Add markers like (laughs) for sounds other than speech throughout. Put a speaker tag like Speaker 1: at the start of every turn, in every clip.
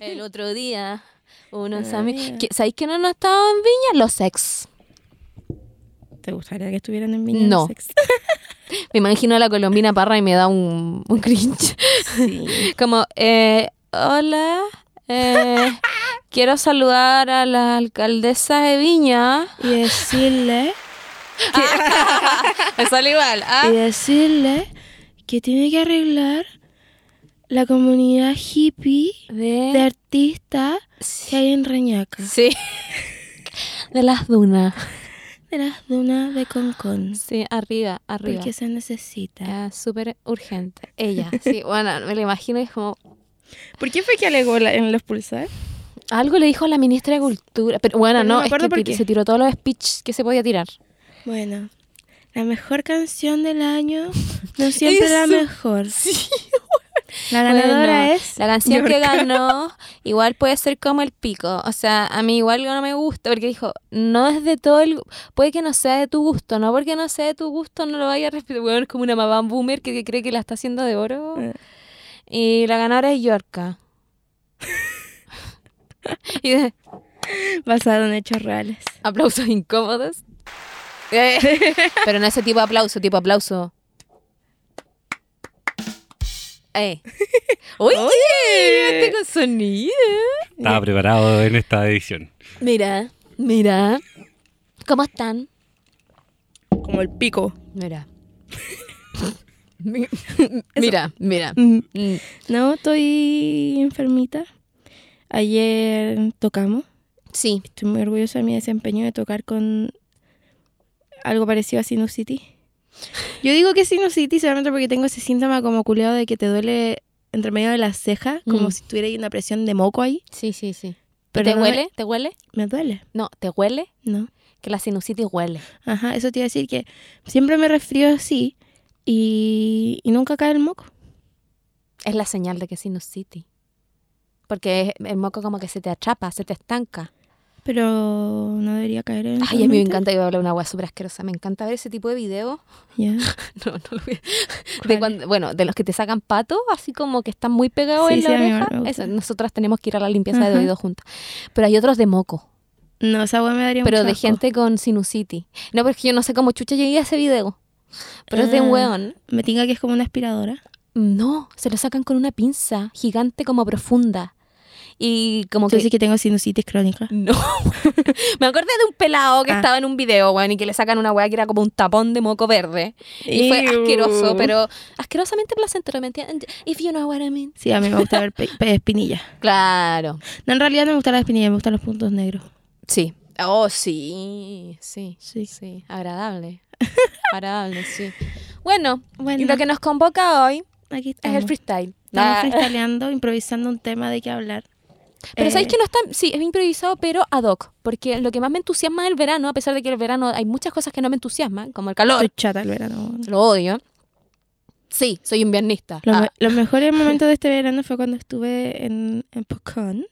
Speaker 1: El otro día, unos amigos. que- ¿Sabéis que no han estado en Viña? Los ex.
Speaker 2: ¿Te gustaría que estuvieran en Viña?
Speaker 1: No.
Speaker 2: los ex?
Speaker 1: Me imagino a la colombina parra y me da un, un cringe.
Speaker 2: (laughs) Sí.
Speaker 1: Como, eh, hola, eh, quiero saludar a la alcaldesa de Viña.
Speaker 2: Y decirle,
Speaker 1: Me sale igual. ah.
Speaker 2: y decirle que tiene que arreglar la comunidad hippie de
Speaker 1: De,
Speaker 2: artistas que hay en Reñaca.
Speaker 1: Eh. sí. De las dunas.
Speaker 2: De las dunas de Concón.
Speaker 1: Sí, arriba, Ah, arriba. Ah.
Speaker 2: Porque se necesita.
Speaker 1: Era súper urgente. Ella, sí, bueno, me lo imagino y es como...
Speaker 2: ¿Por qué fue que alegó la- en los pulsar?
Speaker 1: Algo le dijo a la ministra de Cultura, pero bueno,
Speaker 2: Pero no
Speaker 1: no,
Speaker 2: me
Speaker 1: es
Speaker 2: acuerdo
Speaker 1: que
Speaker 2: por
Speaker 1: ti-
Speaker 2: qué.
Speaker 1: se tiró todos los speech que se podía tirar.
Speaker 2: Bueno, la mejor canción
Speaker 1: (laughs)
Speaker 2: del año no siempre la
Speaker 1: Eso.
Speaker 2: mejor. La ganadora
Speaker 1: Bueno,
Speaker 2: es.
Speaker 1: La canción que
Speaker 2: Yorka.
Speaker 1: ganó igual puede ser como el pico. O sea, a mí igual no me gusta porque dijo, no es de todo el... Puede que no sea de tu gusto, no porque no sea de tu gusto no lo vaya a respetar. Bueno, es como una mamá boomer que, que cree que la está haciendo de oro.
Speaker 2: Eh.
Speaker 1: Y la ganadora es
Speaker 2: (laughs)
Speaker 1: Yorka. (laughs) y de-
Speaker 2: Basado en hechos reales.
Speaker 1: aplausos incómodos. (laughs) Eh, Pero no ese tipo de aplauso, tipo aplauso. Eh. Oye, este con sonido. Eh,
Speaker 3: Estaba preparado en esta edición.
Speaker 1: Mira, mira. ¿Cómo están?
Speaker 2: Como el pico.
Speaker 1: (laughs) Mira. Mi- mira, mira. Mm.
Speaker 2: No, estoy enfermita. Ayer tocamos.
Speaker 1: Sí,
Speaker 2: Estoy muy orgullosa de mi desempeño de tocar con algo parecido a sinusitis. Yo digo que es sinusitis solamente porque tengo ese síntoma como culeado de que te duele entre medio de las cejas, como
Speaker 1: Mm.
Speaker 2: si tuviera ahí una presión de moco ahí.
Speaker 1: sí, sí, sí.
Speaker 2: Pero
Speaker 1: ¿Te
Speaker 2: no me-
Speaker 1: huele? ¿Te huele?
Speaker 2: Me duele,
Speaker 1: No, ¿te huele?
Speaker 2: ¿no?
Speaker 1: Que la sinusitis huele.
Speaker 2: Ajá, eso te iba a decir que siempre me resfrío así y, y nunca cae el moco.
Speaker 1: Es la señal de que es sinusitis. Porque el moco como que se te atrapa, se te estanca.
Speaker 2: Pero no debería caer el
Speaker 1: Ay, a mí me encanta que hablar una hueá súper asquerosa. Me encanta ver ese tipo de videos.
Speaker 2: Ya.
Speaker 1: (laughs) No, no lo voy a-
Speaker 2: ¿Cuál?
Speaker 1: De cuando- bueno, de los que te sacan pato, así como que están muy pegados
Speaker 2: Sí,
Speaker 1: en la
Speaker 2: sí, a mí igual
Speaker 1: oreja.
Speaker 2: me gusta.
Speaker 1: Eso, nosotras tenemos que ir a la limpieza de
Speaker 2: Ajá.
Speaker 1: oído juntas. Pero hay otros de moco,
Speaker 2: No, esa hueá me daría
Speaker 1: pero
Speaker 2: mucho
Speaker 1: de
Speaker 2: asco.
Speaker 1: gente con sinusitis. No, porque yo no sé cómo chucha llegué a ese video. Pero es de
Speaker 2: Ah.
Speaker 1: un weón.
Speaker 2: Me tinga que es como una aspiradora.
Speaker 1: No, se lo sacan con una pinza gigante como profunda. Y como
Speaker 2: Yo
Speaker 1: que (laughs)
Speaker 2: sí que tengo sinusitis crónica.
Speaker 1: No. Me acordé de un pelado que
Speaker 2: Ah.
Speaker 1: estaba en un video, weón, y que le sacan una weá que era como un tapón de moco verde. Y fue
Speaker 2: Ew.
Speaker 1: asqueroso, pero asquerosamente placentero, ¿me entiendes? If you know what I mean.
Speaker 2: Sí, a mí me gusta ver pe- pe- espinillas.
Speaker 1: Claro.
Speaker 2: No, en realidad no me gustan las espinillas, me gustan los puntos negros.
Speaker 1: Sí. Oh, sí. Sí.
Speaker 2: Sí.
Speaker 1: Sí. Agradable. (laughs) Agradable, sí. Bueno,
Speaker 2: Bueno.
Speaker 1: y lo que nos convoca hoy
Speaker 2: Aquí
Speaker 1: es
Speaker 2: estamos.
Speaker 1: el freestyle.
Speaker 2: Estamos
Speaker 1: Ah.
Speaker 2: freestyleando, improvisando un tema de qué hablar.
Speaker 1: Pero
Speaker 2: Eh,
Speaker 1: sabéis que no está, sí, es improvisado, pero ad hoc. Porque lo que más me entusiasma es el verano, a pesar de que el verano hay muchas cosas que no me entusiasman, como el calor.
Speaker 2: Estoy chata el verano.
Speaker 1: Lo odio. Sí, soy inviernista.
Speaker 2: Los,
Speaker 1: Ah.
Speaker 2: me- los mejores momentos de este verano fue cuando estuve en, en Pocón,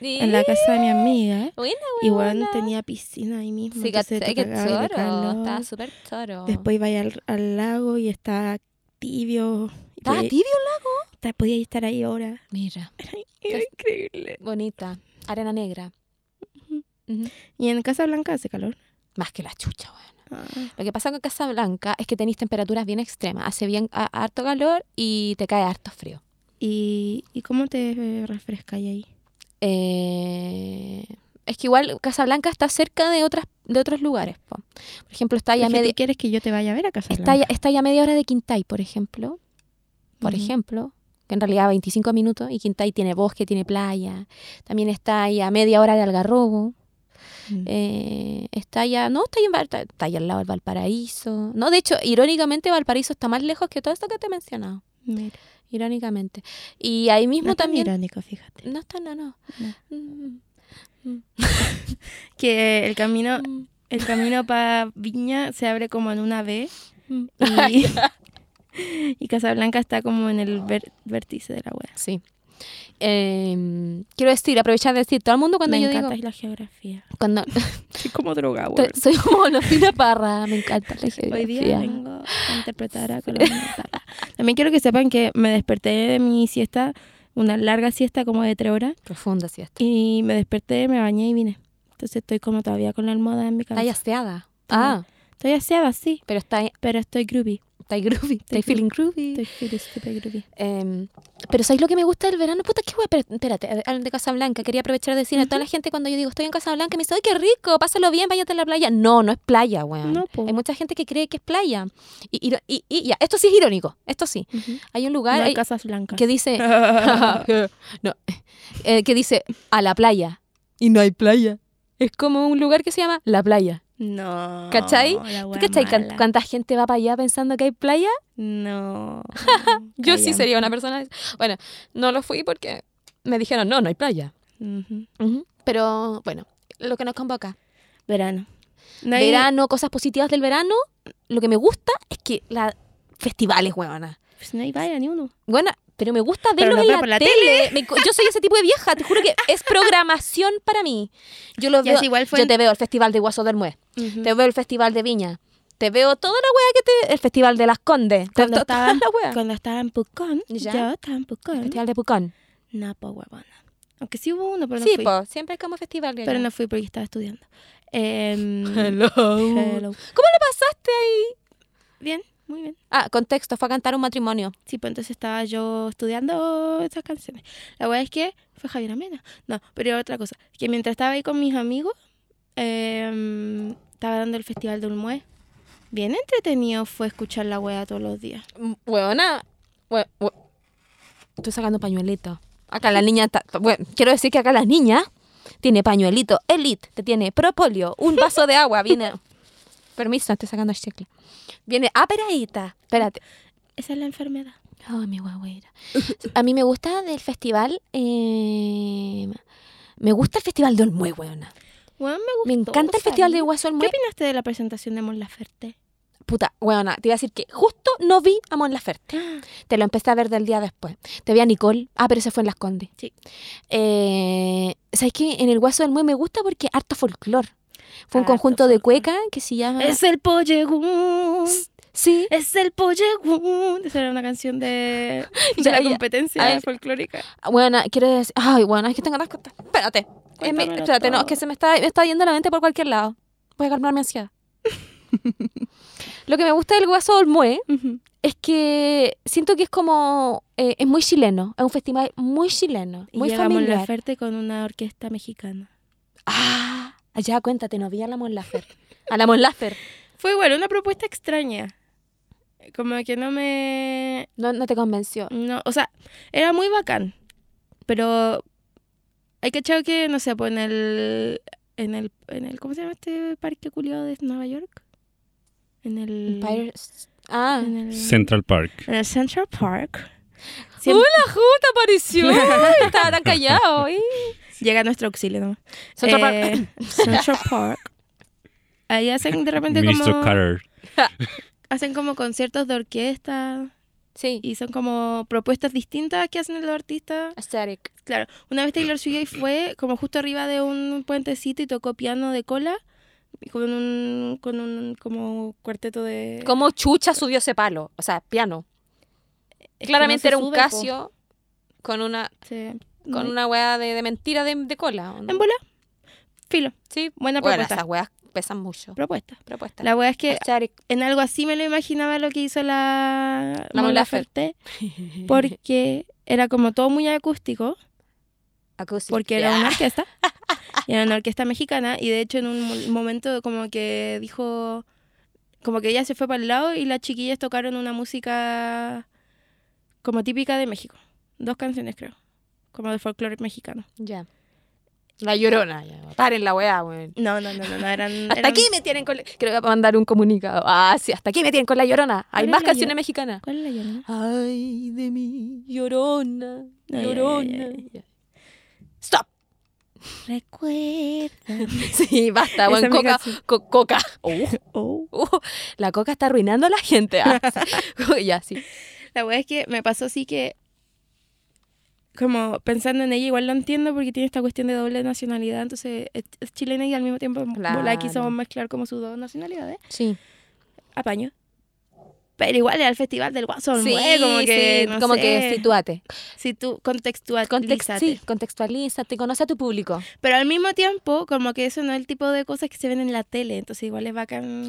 Speaker 2: en la casa de mi amiga.
Speaker 1: Buena,
Speaker 2: Y
Speaker 1: buena,
Speaker 2: bueno,
Speaker 1: buena.
Speaker 2: tenía piscina ahí mismo.
Speaker 1: Sí,
Speaker 2: entonces
Speaker 1: caché
Speaker 2: te
Speaker 1: que
Speaker 2: cagabas de
Speaker 1: choro.
Speaker 2: calor.
Speaker 1: Estaba súper choro.
Speaker 2: Después vaya al, al lago y está tibio. Y
Speaker 1: ¿Estaba
Speaker 2: podía-
Speaker 1: Ah, tibio el lago?
Speaker 2: ta- Podía estar ahí horas.
Speaker 1: Mira,
Speaker 2: Era increíble.
Speaker 1: bonita. Arena negra. Ujú.
Speaker 2: Y en Casa Blanca hace calor.
Speaker 1: Más que la chucha, weón.
Speaker 2: Ah.
Speaker 1: Lo que pasa con Casablanca es que tenéis temperaturas bien extremas. Hace bien a- harto calor y te cae harto frío.
Speaker 2: ¿Y, y cómo te eh, refresca ahí?
Speaker 1: Eh, es que igual Casablanca está cerca de, otras, de otros lugares. po. Por ejemplo, está ya
Speaker 2: Porque
Speaker 1: media,
Speaker 2: tú quieres que yo te vaya a ver a Casa
Speaker 1: está, ya-
Speaker 2: Blanca.
Speaker 1: está ya media hora de Quintay, por ejemplo. por
Speaker 2: Ujú.
Speaker 1: ejemplo, que en realidad 25 minutos, y Quintay tiene bosque, tiene playa, también está ahí a media hora de Algarrobo,
Speaker 2: Mm.
Speaker 1: eh, está allá, no, está ahí, en Val- está- está ahí al lado del Valparaíso, no, de hecho, irónicamente Valparaíso está más lejos que todo esto que te he mencionado,
Speaker 2: Mm. Mira,
Speaker 1: irónicamente. Y ahí mismo
Speaker 2: no es tan
Speaker 1: también...
Speaker 2: irónico, fíjate.
Speaker 1: No está, no, no. Mm,
Speaker 2: Que el camino,
Speaker 1: mm,
Speaker 2: el camino para Viña se abre como en una B
Speaker 1: mm.
Speaker 2: y,
Speaker 1: (laughs)
Speaker 2: y Casablanca está como en el ver- vértice de la wea.
Speaker 1: Sí. Eh, quiero decir, aprovechar de decir, todo el mundo cuando
Speaker 2: Me
Speaker 1: yo
Speaker 2: encanta
Speaker 1: digo...
Speaker 2: la geografía.
Speaker 1: Cuando,
Speaker 2: Soy como droga,
Speaker 1: estoy- soy como Olofina Parra, me encanta la
Speaker 2: Hoy día
Speaker 1: geografía.
Speaker 2: vengo a interpretar a Colombia. También quiero que sepan que me desperté de mi siesta una larga siesta como de tres horas
Speaker 1: Profunda siesta.
Speaker 2: y me desperté, me bañé y vine. Entonces estoy como todavía con la almohada en mi
Speaker 1: Está ahí
Speaker 2: cabeza.
Speaker 1: aseada.
Speaker 2: Ah.
Speaker 1: Ah,
Speaker 2: Estoy aseada, sí,
Speaker 1: pero está ahí,
Speaker 2: pero estoy groovy.
Speaker 1: está ahí groovy. Está ahí feeling groovy.
Speaker 2: Estoy feeling super groovy.
Speaker 1: Em, pero ¿sabéis lo que me gusta del verano? Puta, qué guay. Pero espérate, a- a- de Casablanca. Quería aprovechar de decir a toda la gente cuando yo digo estoy en Casablanca, me dice, ¡ay, qué rico! Pásalo bien, váyate a la playa. No, no es playa, weón.
Speaker 2: No, po.
Speaker 1: Hay mucha gente que cree que es playa. Y, y- y- y ya, esto sí es irónico. Esto sí. Hay un lugar
Speaker 2: No,
Speaker 1: hay-
Speaker 2: Casas Blancas. (laughs)
Speaker 1: que (laughs) dice. no, eh, que dice a la playa. Y no hay playa. Es como un lugar que se llama La Playa.
Speaker 2: No.
Speaker 1: ¿Cachai?
Speaker 2: la
Speaker 1: ¿Tú
Speaker 2: wea
Speaker 1: cachai can-
Speaker 2: mala.
Speaker 1: cuánta gente va para allá pensando que hay playa?
Speaker 2: No.
Speaker 1: (laughs) Yo sí
Speaker 2: Calla.
Speaker 1: sería una persona. de esas. Bueno, no lo fui porque me dijeron, no, no hay playa.
Speaker 2: Ujú.
Speaker 1: Ujú. Pero bueno, lo que nos convoca.
Speaker 2: Verano. No hay-
Speaker 1: Verano, cosas positivas del verano. Lo que me gusta es que la festivales, huevona.
Speaker 2: Pues no hay vaya ni uno.
Speaker 1: Bueno, pero me gusta verlo
Speaker 2: Pero lo
Speaker 1: en
Speaker 2: veo
Speaker 1: la,
Speaker 2: por la
Speaker 1: tele. Me co- yo soy ese tipo de vieja, te juro que
Speaker 2: (laughs)
Speaker 1: es programación para mí. Yo lo
Speaker 2: Ya,
Speaker 1: veo.
Speaker 2: si igual fue
Speaker 1: yo
Speaker 2: en-
Speaker 1: te veo el festival de Guaso del Mue,
Speaker 2: Ujú.
Speaker 1: te veo el festival de Viña, te veo toda la wea que te el festival de Las Condes, te-
Speaker 2: Cuando
Speaker 1: to- toda
Speaker 2: estaban-
Speaker 1: la wea.
Speaker 2: Cuando estaba en Pucón,
Speaker 1: Ya. Este
Speaker 2: yo estaba en
Speaker 1: El
Speaker 2: Pucón.
Speaker 1: festival de Pucón.
Speaker 2: No, po, huevona. Aunque sí hubo uno, pero no
Speaker 1: sí,
Speaker 2: fui.
Speaker 1: po, siempre hay como festival. de
Speaker 2: Pero
Speaker 1: allá.
Speaker 2: no fui porque estaba estudiando. Em,
Speaker 1: (laughs) Hello.
Speaker 2: hello.
Speaker 1: ¿Cómo lo pasaste ahí?
Speaker 2: Bien, muy bien.
Speaker 1: Ah, contexto, fue a cantar un matrimonio.
Speaker 2: Sí, pues entonces estaba yo estudiando esas canciones. La verdad es que fue Javier Amena. No, pero otra cosa. Que mientras estaba ahí con mis amigos, em, estaba dando el Festival de Ulmue. Bien entretenido fue escuchar la wea todos los días.
Speaker 1: Huevona. hue- hue- Estoy sacando pañuelito. Acá la niña está. Bueno, quiero decir que acá la niña tiene pañuelito Elite, te tiene propolio, un vaso de agua,
Speaker 2: (laughs)
Speaker 1: viene. Permiso, estoy sacando el chicle. Viene ah, aperadita. Espérate.
Speaker 2: Esa es la enfermedad.
Speaker 1: Ah, mi guagüera. A mí me gusta del festival. eh, me gusta el festival de Olmué, huevona.
Speaker 2: Weón,
Speaker 1: Me
Speaker 2: me gustó.
Speaker 1: encanta el festival de
Speaker 2: salir.
Speaker 1: Guaso Olmué.
Speaker 2: ¿Qué opinaste de la presentación de
Speaker 1: (gasps)
Speaker 2: Mon Laferte?
Speaker 1: Puta, weona, te iba a decir que justo no vi a Mon Laferte. Te lo empecé a ver del día después. Te vi a Nicole. Ah, pero se fue en Las Condes.
Speaker 2: Sí.
Speaker 1: Eh, ¿Sabes qué? En el Guaso del Mue me gusta porque harto folclor. Fue un
Speaker 2: Harto
Speaker 1: conjunto de
Speaker 2: folclor.
Speaker 1: cueca que se llama...
Speaker 2: Es el Pollegún.
Speaker 1: Sí.
Speaker 2: Es el Pollegún. Esa era una canción
Speaker 1: (laughs)
Speaker 2: de, de
Speaker 1: Ya,
Speaker 2: la
Speaker 1: ya.
Speaker 2: competencia
Speaker 1: A ver.
Speaker 2: folclórica.
Speaker 1: Bueno, quiero decir... Ay, bueno, es que tengo que contar. Espérate. Es mi-
Speaker 2: Cuéntamelo
Speaker 1: Espérate, no, es
Speaker 2: todo.
Speaker 1: que se me está, me está yendo la mente por cualquier lado. Voy a calmar mi
Speaker 2: (laughs)
Speaker 1: ansiedad. lo que me gusta del Guaso del Mue es que siento que es como... eh, es muy chileno. Es un festival muy chileno.
Speaker 2: Y
Speaker 1: Muy
Speaker 2: llega Mon
Speaker 1: familiar.
Speaker 2: Laferte con una orquesta mexicana.
Speaker 1: Ah, ya cuéntate, no vi a la Mon Laferte. A la Mon Laferte.
Speaker 2: Fue igual, una propuesta extraña. Como que no me...
Speaker 1: No, no te convenció.
Speaker 2: No, o sea, era muy bacán. Pero hay que echar que, no sé, pues en el, en el... en el ¿Cómo se llama este parque culiado de Nueva York? En el...
Speaker 1: Empire S- Ah.
Speaker 2: En el,
Speaker 3: Central Park.
Speaker 2: en el Central Park.
Speaker 1: ¡Hola,
Speaker 2: Siempre
Speaker 1: Juta
Speaker 2: (laughs)
Speaker 1: apareció! Estaba tan callado. ¿eh?
Speaker 2: Llega nuestro auxilio nomás.
Speaker 1: Central Park.
Speaker 2: Eh,
Speaker 1: (laughs)
Speaker 2: Central Park. Ahí hacen de repente
Speaker 3: Ministro
Speaker 2: como...
Speaker 3: Carter.
Speaker 2: Hacen como conciertos de orquesta.
Speaker 1: Sí.
Speaker 2: y son como propuestas distintas que hacen los artistas.
Speaker 1: Aesthetic.
Speaker 2: Claro, una vez Taylor Swift fue como justo arriba de un puentecito y tocó piano de cola y con un, con un como cuarteto de...
Speaker 1: ¿Cómo Chucha subió ese palo? O sea, piano.
Speaker 2: Es que no
Speaker 1: Claramente
Speaker 2: se
Speaker 1: era un
Speaker 2: sube, po.
Speaker 1: Casio con una
Speaker 2: Se-
Speaker 1: con
Speaker 2: no-
Speaker 1: una weá de, de mentira de, de cola. ¿o no?
Speaker 2: En bola. Filo,
Speaker 1: Sí.
Speaker 2: buena
Speaker 1: Bueno,
Speaker 2: propuesta.
Speaker 1: esas weas pesan mucho.
Speaker 2: Propuesta.
Speaker 1: Propuesta.
Speaker 2: La wea es que
Speaker 1: Aesthetic.
Speaker 2: en algo así me lo imaginaba lo que hizo la,
Speaker 1: La Mon Laferte. (laughs)
Speaker 2: porque era como todo muy acústico.
Speaker 1: Acoustic.
Speaker 2: porque era una orquesta (laughs) y era una orquesta mexicana y de hecho en un mo- momento como que dijo como que ella se fue para el lado y las chiquillas tocaron una música como típica de México dos canciones creo como de folclore mexicano
Speaker 1: Ya. La llorona. Ya. Paren la weá, weón.
Speaker 2: no no no no, no, (laughs) eran,
Speaker 1: Hasta
Speaker 2: eran-
Speaker 1: aquí me tienen con... la- Creo que voy a mandar un comunicado. Ah, sí, hasta aquí me tienen con la llorona. Hay
Speaker 2: ¿Cuál es
Speaker 1: más
Speaker 2: la
Speaker 1: canciones
Speaker 2: llor-
Speaker 1: mexicanas.
Speaker 2: ¿cuál es la llamada?
Speaker 1: Ay, de mí, llorona,
Speaker 2: Ay, ay,
Speaker 1: llorona.
Speaker 2: ay,
Speaker 1: ¡Stop! (laughs)
Speaker 2: recuerda
Speaker 1: Sí, basta,
Speaker 2: Esa
Speaker 1: buen
Speaker 2: es mi
Speaker 1: coca.
Speaker 2: canción.
Speaker 1: co- coca. (laughs) Uh,
Speaker 2: (laughs) oh.
Speaker 1: uh, la coca está arruinando a la gente.
Speaker 2: (laughs)
Speaker 1: Ah, sí. ya, sí.
Speaker 2: la verdad es que me pasó así que como pensando en ella igual lo entiendo porque tiene esta cuestión de doble nacionalidad entonces es, es chilena y al mismo tiempo la
Speaker 1: Claro.
Speaker 2: quiso mezclar como sus dos nacionalidades
Speaker 1: Sí.
Speaker 2: apaño. Pero igual era el festival del Guasón,
Speaker 1: Sí,
Speaker 2: güey, como que,
Speaker 1: sí,
Speaker 2: no
Speaker 1: como
Speaker 2: sé,
Speaker 1: que sitúate.
Speaker 2: si tú
Speaker 1: Context,
Speaker 2: contextualízate.
Speaker 1: sí, contextualízate, conoce a tu público.
Speaker 2: Pero al mismo tiempo, como que eso no es el tipo de cosas que se ven en la tele, entonces igual es bacán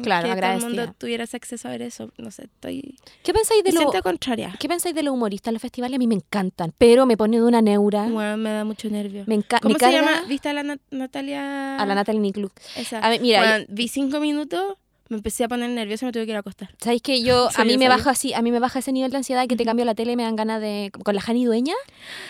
Speaker 1: Claro,
Speaker 2: que todo el
Speaker 1: agradecida.
Speaker 2: mundo tuviera ese acceso a ver eso. No sé, estoy...
Speaker 1: ¿Qué pensáis de
Speaker 2: Me
Speaker 1: lo,
Speaker 2: siento contraria.
Speaker 1: ¿Qué pensáis de los humoristas? Los festivales a mí me encantan, pero me pone de una neura.
Speaker 2: Bueno, me da mucho nervio.
Speaker 1: Me encanta.
Speaker 2: ¿Cómo se llama? ¿Viste a la Nat- Natalia?
Speaker 1: A la Natalie Nicluk.
Speaker 2: Esa.
Speaker 1: A ver, mira,
Speaker 2: Bueno, vi cinco minutos, me empecé a poner nerviosa y me tuve que ir a acostar.
Speaker 1: ¿Sabéis que
Speaker 2: (laughs)
Speaker 1: yo,
Speaker 2: Sí,
Speaker 1: a mí
Speaker 2: yo
Speaker 1: me
Speaker 2: sabía.
Speaker 1: baja así, a mí me baja ese nivel de ansiedad que te cambio la tele y me dan ganas de, con la Jani Dueña,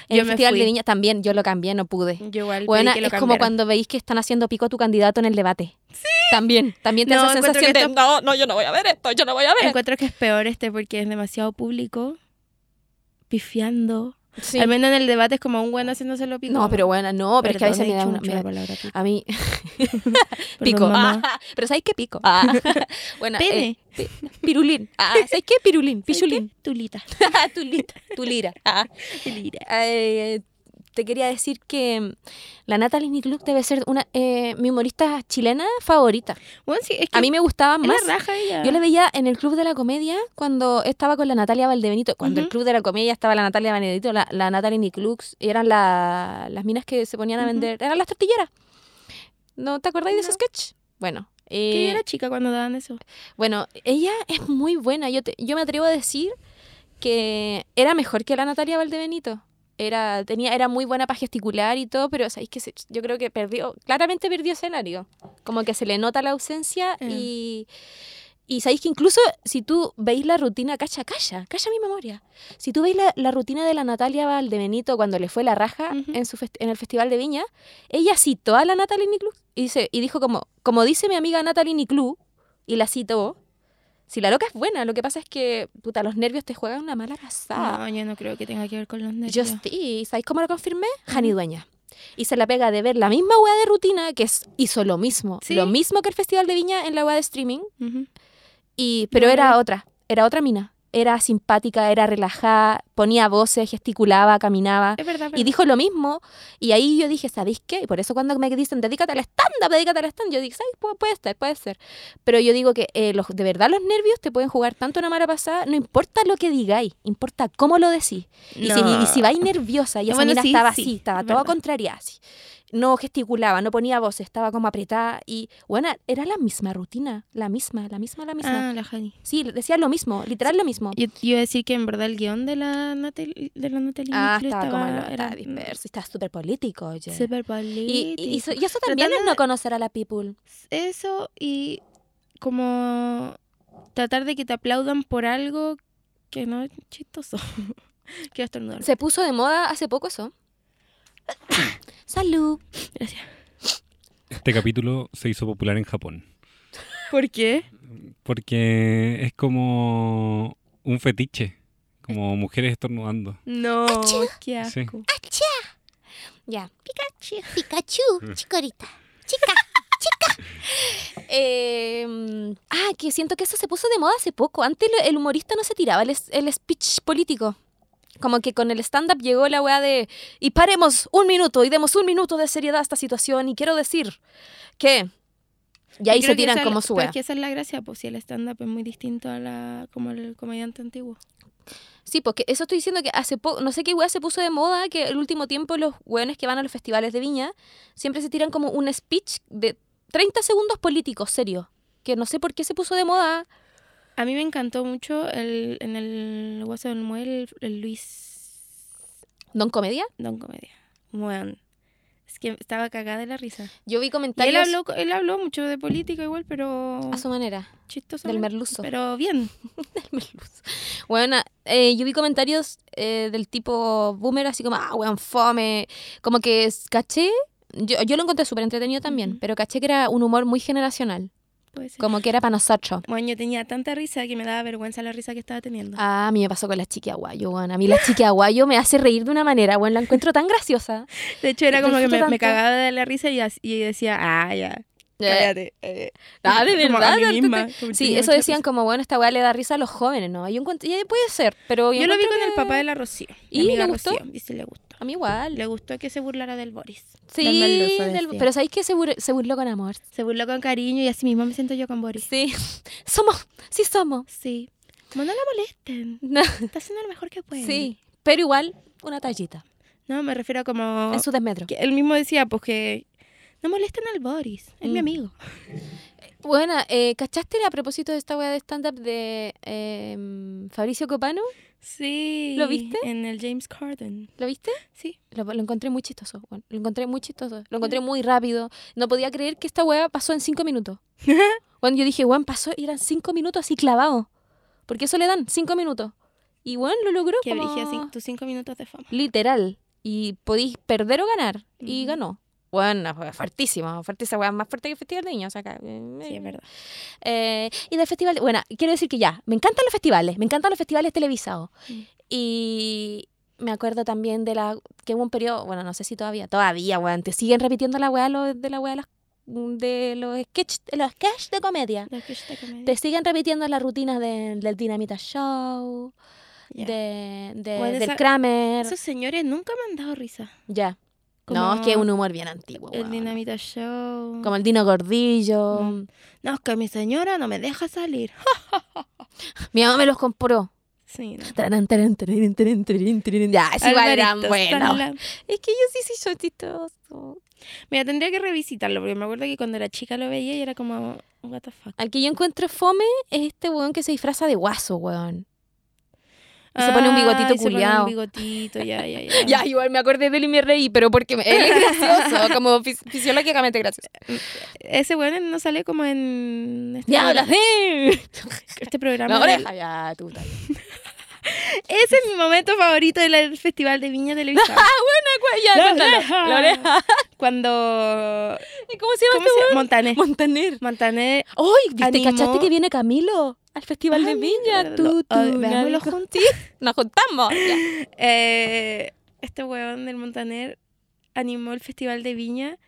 Speaker 1: en
Speaker 2: Yo
Speaker 1: el
Speaker 2: me
Speaker 1: Festival
Speaker 2: fui.
Speaker 1: de Niñas, también yo lo cambié, no pude.
Speaker 2: Yo igual
Speaker 1: Bueno,
Speaker 2: pedí que lo
Speaker 1: es como
Speaker 2: cambiaran.
Speaker 1: cuando veis que están haciendo pico a tu candidato en el debate. Sí. También, también te
Speaker 2: No,
Speaker 1: hace
Speaker 2: encuentro
Speaker 1: sensación
Speaker 2: que
Speaker 1: de, no,
Speaker 2: esto-
Speaker 1: no, yo no voy a ver esto, yo no voy a ver.
Speaker 2: Encuentro que es peor este porque es demasiado público, pifiando.
Speaker 1: Sí.
Speaker 2: Al menos en el debate es como un bueno haciéndoselo pico.
Speaker 1: No, pero bueno, no, pero es que a veces
Speaker 2: Perdón, he
Speaker 1: me da
Speaker 2: dicho
Speaker 1: una...
Speaker 2: mucho
Speaker 1: me-
Speaker 2: la palabra pico.
Speaker 1: a mí,
Speaker 2: Perdón,
Speaker 1: pico.
Speaker 2: mamá.
Speaker 1: Ah, (laughs) pero ¿sabéis qué pico? Ah. (laughs) Bueno, eh,
Speaker 2: Pene.
Speaker 1: pirulín.
Speaker 2: (laughs)
Speaker 1: Ah, ¿Sabéis qué? Pirulín,
Speaker 2: ¿Sabes (laughs)
Speaker 1: pichulín.
Speaker 2: qué?
Speaker 1: (laughs)
Speaker 2: Ah, Tulita.
Speaker 1: Tulita, tulira. (laughs) Ah.
Speaker 2: Tulita.
Speaker 1: Eh, te quería decir que mm, la Natalie Nicluk debe ser una eh, mi humorista chilena favorita.
Speaker 2: Bueno, sí, es que
Speaker 1: A mí me gustaba
Speaker 2: es la
Speaker 1: más.
Speaker 2: raja ella.
Speaker 1: Yo la veía en el Club de la Comedia cuando estaba con la Natalia Valdebenito. Cuando el
Speaker 2: Ujú.
Speaker 1: Club de la Comedia estaba la Natalia Valdebenito, la, la Natalie Nicluk, eran la- las minas que se ponían a
Speaker 2: Ujú.
Speaker 1: vender, eran las tortilleras. ¿No te acordáis de ese
Speaker 2: No.
Speaker 1: sketch? Bueno.
Speaker 2: Que
Speaker 1: eh,
Speaker 2: yo era chica cuando daban eso.
Speaker 1: bueno, ella es muy buena. Yo, te- yo me atrevo a decir que era mejor que la Natalia Valdebenito. Era, tenía, era muy buena para gesticular y todo, pero sabéis que yo creo que perdió, claramente perdió escenario. Como que se le nota la ausencia
Speaker 2: Eh.
Speaker 1: y, y sabéis que incluso si tú veis la rutina, calla, calla, calla mi memoria. Si tú veis la, la rutina de la Natalia Valdebenito cuando le fue la raja
Speaker 2: Ujú.
Speaker 1: en, su fest- en el Festival de Viña, ella citó a la Natalie Niclú y, dice, y dijo como, como dice mi amiga Natalie Niclú, y la citó, si la loca es buena, lo que pasa es que, puta, los nervios te juegan una mala pasada.
Speaker 2: No, yo no creo que tenga que ver con los
Speaker 1: Ah. Yo
Speaker 2: Ah, nervios.
Speaker 1: sí, ¿sabéis cómo lo confirmé? Jani Dueña. Y se la pega de ver la misma weá de rutina, que es, hizo lo mismo.
Speaker 2: ¿Sí?
Speaker 1: Lo mismo que el Festival de Viña en la weá de streaming,
Speaker 2: Ujú.
Speaker 1: y, pero
Speaker 2: No,
Speaker 1: era
Speaker 2: no.
Speaker 1: otra, era otra mina. Era simpática, era relajada, ponía voces, gesticulaba, caminaba.
Speaker 2: Es verdad,
Speaker 1: Y
Speaker 2: verdad.
Speaker 1: dijo lo mismo. Y ahí yo dije, ¿sabéis qué? Y por eso cuando me dicen, dedícate al stand-up, dedícate al stand yo digo, "Ay, pu- puede ser, puede ser. Pero yo digo que eh, los, de verdad los nervios te pueden jugar tanto una mala pasada, no importa lo que digáis, importa cómo lo decís. Y, si, y si
Speaker 2: Ah,
Speaker 1: vais nerviosa, y esa
Speaker 2: Bueno,
Speaker 1: mina
Speaker 2: sí,
Speaker 1: estaba
Speaker 2: sí,
Speaker 1: así, estaba
Speaker 2: es
Speaker 1: toda
Speaker 2: verdad.
Speaker 1: contraria, así. No gesticulaba, no ponía voces, estaba como apretada. Y bueno, era la misma rutina, la misma, la misma, la misma.
Speaker 2: Ah, la Jani.
Speaker 1: Sí, decía lo mismo, literal lo mismo.
Speaker 2: Yo yo iba a decir que en verdad el guión de la Natalie de la Natalie
Speaker 1: Ah,
Speaker 2: Imbruglia
Speaker 1: estaba como
Speaker 2: estaba-
Speaker 1: lo-
Speaker 2: era
Speaker 1: estaba disperso, estaba súper político, oye.
Speaker 2: Súper
Speaker 1: Y, y- y
Speaker 2: político.
Speaker 1: eso, y eso también es
Speaker 2: Tratando
Speaker 1: no conocer a la people.
Speaker 2: Eso y como tratar de que te aplaudan por algo que no es chistoso. (laughs) Quiero estornudar.
Speaker 1: Se puso de moda hace poco eso. (coughs) Salud.
Speaker 2: Gracias.
Speaker 3: Este capítulo se hizo popular en Japón.
Speaker 2: ¿Por qué?
Speaker 3: Porque es como un fetiche. Como mujeres estornudando.
Speaker 2: No, qué asco.
Speaker 3: Sí.
Speaker 1: Ya. Pikachu. Pikachu. Chicorita. Chica. Chica. (laughs) Eh, mm, ah, que siento que eso se puso de moda hace poco. Antes lo- el humorista no se tiraba el, es- el speech político. Como que con el stand-up llegó la weá de. Y paremos un minuto y demos un minuto de seriedad a esta situación. Y quiero decir que. Y ahí
Speaker 2: Yo
Speaker 1: se
Speaker 2: creo que esa
Speaker 1: tiran
Speaker 2: es
Speaker 1: como
Speaker 2: la-
Speaker 1: su
Speaker 2: Pero
Speaker 1: weá.
Speaker 2: es que esa es la gracia, pues si el stand-up es muy distinto a la como el comediante antiguo.
Speaker 1: Sí, porque eso estoy diciendo que hace poco, no sé qué weá se puso de moda, que el último tiempo los weones que van a los festivales de viña siempre se tiran como un speech de 30 segundos políticos, serio. Que no sé por qué se puso de moda.
Speaker 2: A mí me encantó mucho el, en el Guaso del Muel, el, el Luis
Speaker 1: ¿Don Comedia?
Speaker 2: Don Comedia. Bueno, es que estaba cagada de la risa.
Speaker 1: Yo vi
Speaker 2: Y él
Speaker 1: comentarios
Speaker 2: habló, él habló mucho de política igual, pero
Speaker 1: a su manera,
Speaker 2: chistoso.
Speaker 1: Ah, del merluzo. (laughs)
Speaker 2: Pero bien.
Speaker 1: Bueno, yo vi comentarios eh, del tipo boomer, así como, ah, weón, fome. Como que es- caché, yo, yo lo encontré súper entretenido también,
Speaker 2: Ujú.
Speaker 1: pero caché que era un humor muy generacional,
Speaker 2: puede ser.
Speaker 1: como que era para nosotros.
Speaker 2: Bueno, yo tenía tanta risa que me daba vergüenza la risa que estaba teniendo.
Speaker 1: Ah, a mí me pasó con la chiqui aguayo, weón. A mí la chiqui aguayo me hace reír de una manera, weón. La encuentro tan
Speaker 2: (laughs)
Speaker 1: graciosa.
Speaker 2: De hecho, era como que me,
Speaker 1: disfruto
Speaker 2: me
Speaker 1: tanto.
Speaker 2: cagaba de la risa y, as- y decía, ah, ya,
Speaker 1: Eh,
Speaker 2: cállate. eh".
Speaker 1: ah, de
Speaker 2: Como a
Speaker 1: verdad.
Speaker 2: mí
Speaker 1: antes
Speaker 2: misma,
Speaker 1: te-
Speaker 2: como
Speaker 1: Sí,
Speaker 2: tenía
Speaker 1: eso
Speaker 2: mucha
Speaker 1: decían
Speaker 2: risa.
Speaker 1: como, bueno, esta weá le da risa a los jóvenes, ¿no? Yo encuentro, y eh, puede ser, pero
Speaker 2: Yo lo vi
Speaker 1: encuentro
Speaker 2: con
Speaker 1: que-
Speaker 2: el papá de la Rocío. mi
Speaker 1: ¿Y
Speaker 2: amiga
Speaker 1: le gustó?
Speaker 2: Rocío, y sí le gustó.
Speaker 1: A mí igual.
Speaker 2: Le gustó que se burlara del Boris.
Speaker 1: Sí,
Speaker 2: merluzo,
Speaker 1: del-
Speaker 2: decía.
Speaker 1: pero ¿sabéis que se, bur- se burló con amor? (laughs)
Speaker 2: Se burló con cariño y así mismo me siento yo con Boris.
Speaker 1: Sí. Somos, (laughs) sí somos.
Speaker 2: Sí. Como no la molesten.
Speaker 1: No,
Speaker 2: Está haciendo lo mejor que puede.
Speaker 1: sí, pero igual una tallita.
Speaker 2: No, me refiero a como...
Speaker 1: En su desmetro.
Speaker 2: que él mismo decía, pues que... No molesten al Boris, es mi
Speaker 1: Mm.
Speaker 2: amigo.
Speaker 1: Bueno, eh, ¿cachaste a propósito de esta wea de stand-up de em, Fabricio Copano?
Speaker 2: Sí.
Speaker 1: ¿Lo viste?
Speaker 2: En el James Corden.
Speaker 1: ¿Lo viste?
Speaker 2: Sí.
Speaker 1: Lo, lo encontré muy chistoso, weón. Lo encontré muy chistoso.
Speaker 2: Mm.
Speaker 1: Lo encontré muy rápido. No podía creer que esta weá pasó en cinco
Speaker 2: (laughs)
Speaker 1: minutos. Cuando yo dije, weón, pasó y eran cinco minutos así clavados. Porque eso le dan, cinco minutos. Y weón, lo logró
Speaker 2: Que
Speaker 1: como-
Speaker 2: dirigía cin- tus cinco minutos de fama.
Speaker 1: Literal. Y podéis perder o ganar. Y
Speaker 2: Ujú.
Speaker 1: ganó. Bueno, fue fuertísimo, fuertísima, weón, más fuerte que el Festival de Niños acá.
Speaker 2: Sí, es verdad.
Speaker 1: Eh, y del festival, bueno, quiero decir que ya, me encantan los festivales, me encantan los festivales televisados.
Speaker 2: Mm.
Speaker 1: Y me acuerdo también de la, que hubo un periodo, bueno, no sé si todavía, todavía, weón, te siguen repitiendo la weá lo- de la weá de las- de los sketch, de los sketch de comedia.
Speaker 2: Lo que yo te comí.
Speaker 1: Te siguen repitiendo las rutinas de- del Dinamita Show,
Speaker 2: Ya.
Speaker 1: de, de-
Speaker 2: Bueno,
Speaker 1: del
Speaker 2: esa-
Speaker 1: Kramer,
Speaker 2: Esos señores nunca me han dado risa.
Speaker 1: ya. No,
Speaker 2: como
Speaker 1: es que es un humor bien antiguo,
Speaker 2: El
Speaker 1: weón.
Speaker 2: Dinamita Show.
Speaker 1: Como el Dino Gordillo.
Speaker 2: Mm. No, es que mi señora no me deja salir.
Speaker 1: Mi mamá me los compró.
Speaker 2: Sí, no.
Speaker 1: Taran, taran, tarin, tarin, tarin, tarin. Ya, es igual eran
Speaker 2: Alvaritos,
Speaker 1: buenos.
Speaker 2: tan la-
Speaker 1: Es que yo sí, sí, soy chistoso.
Speaker 2: Mira, tendría que revisitarlo porque me acuerdo que cuando era chica lo veía y era como, what the fuck.
Speaker 1: Al que yo encuentro fome es este weón que se disfraza de guaso, weón. Y se pone un bigotito
Speaker 2: Ay, se pone
Speaker 1: culiao.
Speaker 2: Un bigotito, ya, ya, ya.
Speaker 1: (laughs) (laughs) Ya, igual me acordé de él y me reí, pero porque me- él es (laughs) gracioso, como fis- fisiológicamente gracioso.
Speaker 2: Ese bueno no sale como en este,
Speaker 1: ¡Ya
Speaker 2: pro-
Speaker 1: hablas de
Speaker 2: este
Speaker 1: (laughs) la
Speaker 2: programa. del-
Speaker 1: oreja! Ya, (laughs) tú tal.
Speaker 2: Ese es mi momento favorito del festival de Viña Televisión.
Speaker 1: Ya,
Speaker 2: La
Speaker 1: cuéntalo.
Speaker 2: oreja.
Speaker 1: (laughs) La oreja.
Speaker 2: cuando...
Speaker 1: (laughs) ¿Y cómo se llama
Speaker 2: ¿Cómo se llama? Montaner.
Speaker 1: este Montaner.
Speaker 2: Montaner.
Speaker 1: ¡Ay! ¿Viste,
Speaker 2: Animó-
Speaker 1: cachaste que viene Camilo al Festival de
Speaker 2: Ay,
Speaker 1: Viña?
Speaker 2: lo-
Speaker 1: Tú, tú,
Speaker 2: a ver, veámoslo
Speaker 1: nadie-
Speaker 2: juntos.
Speaker 1: (laughs) Nos juntamos. Ya.
Speaker 2: Eh, este huevón del Montaner animó el festival de Viña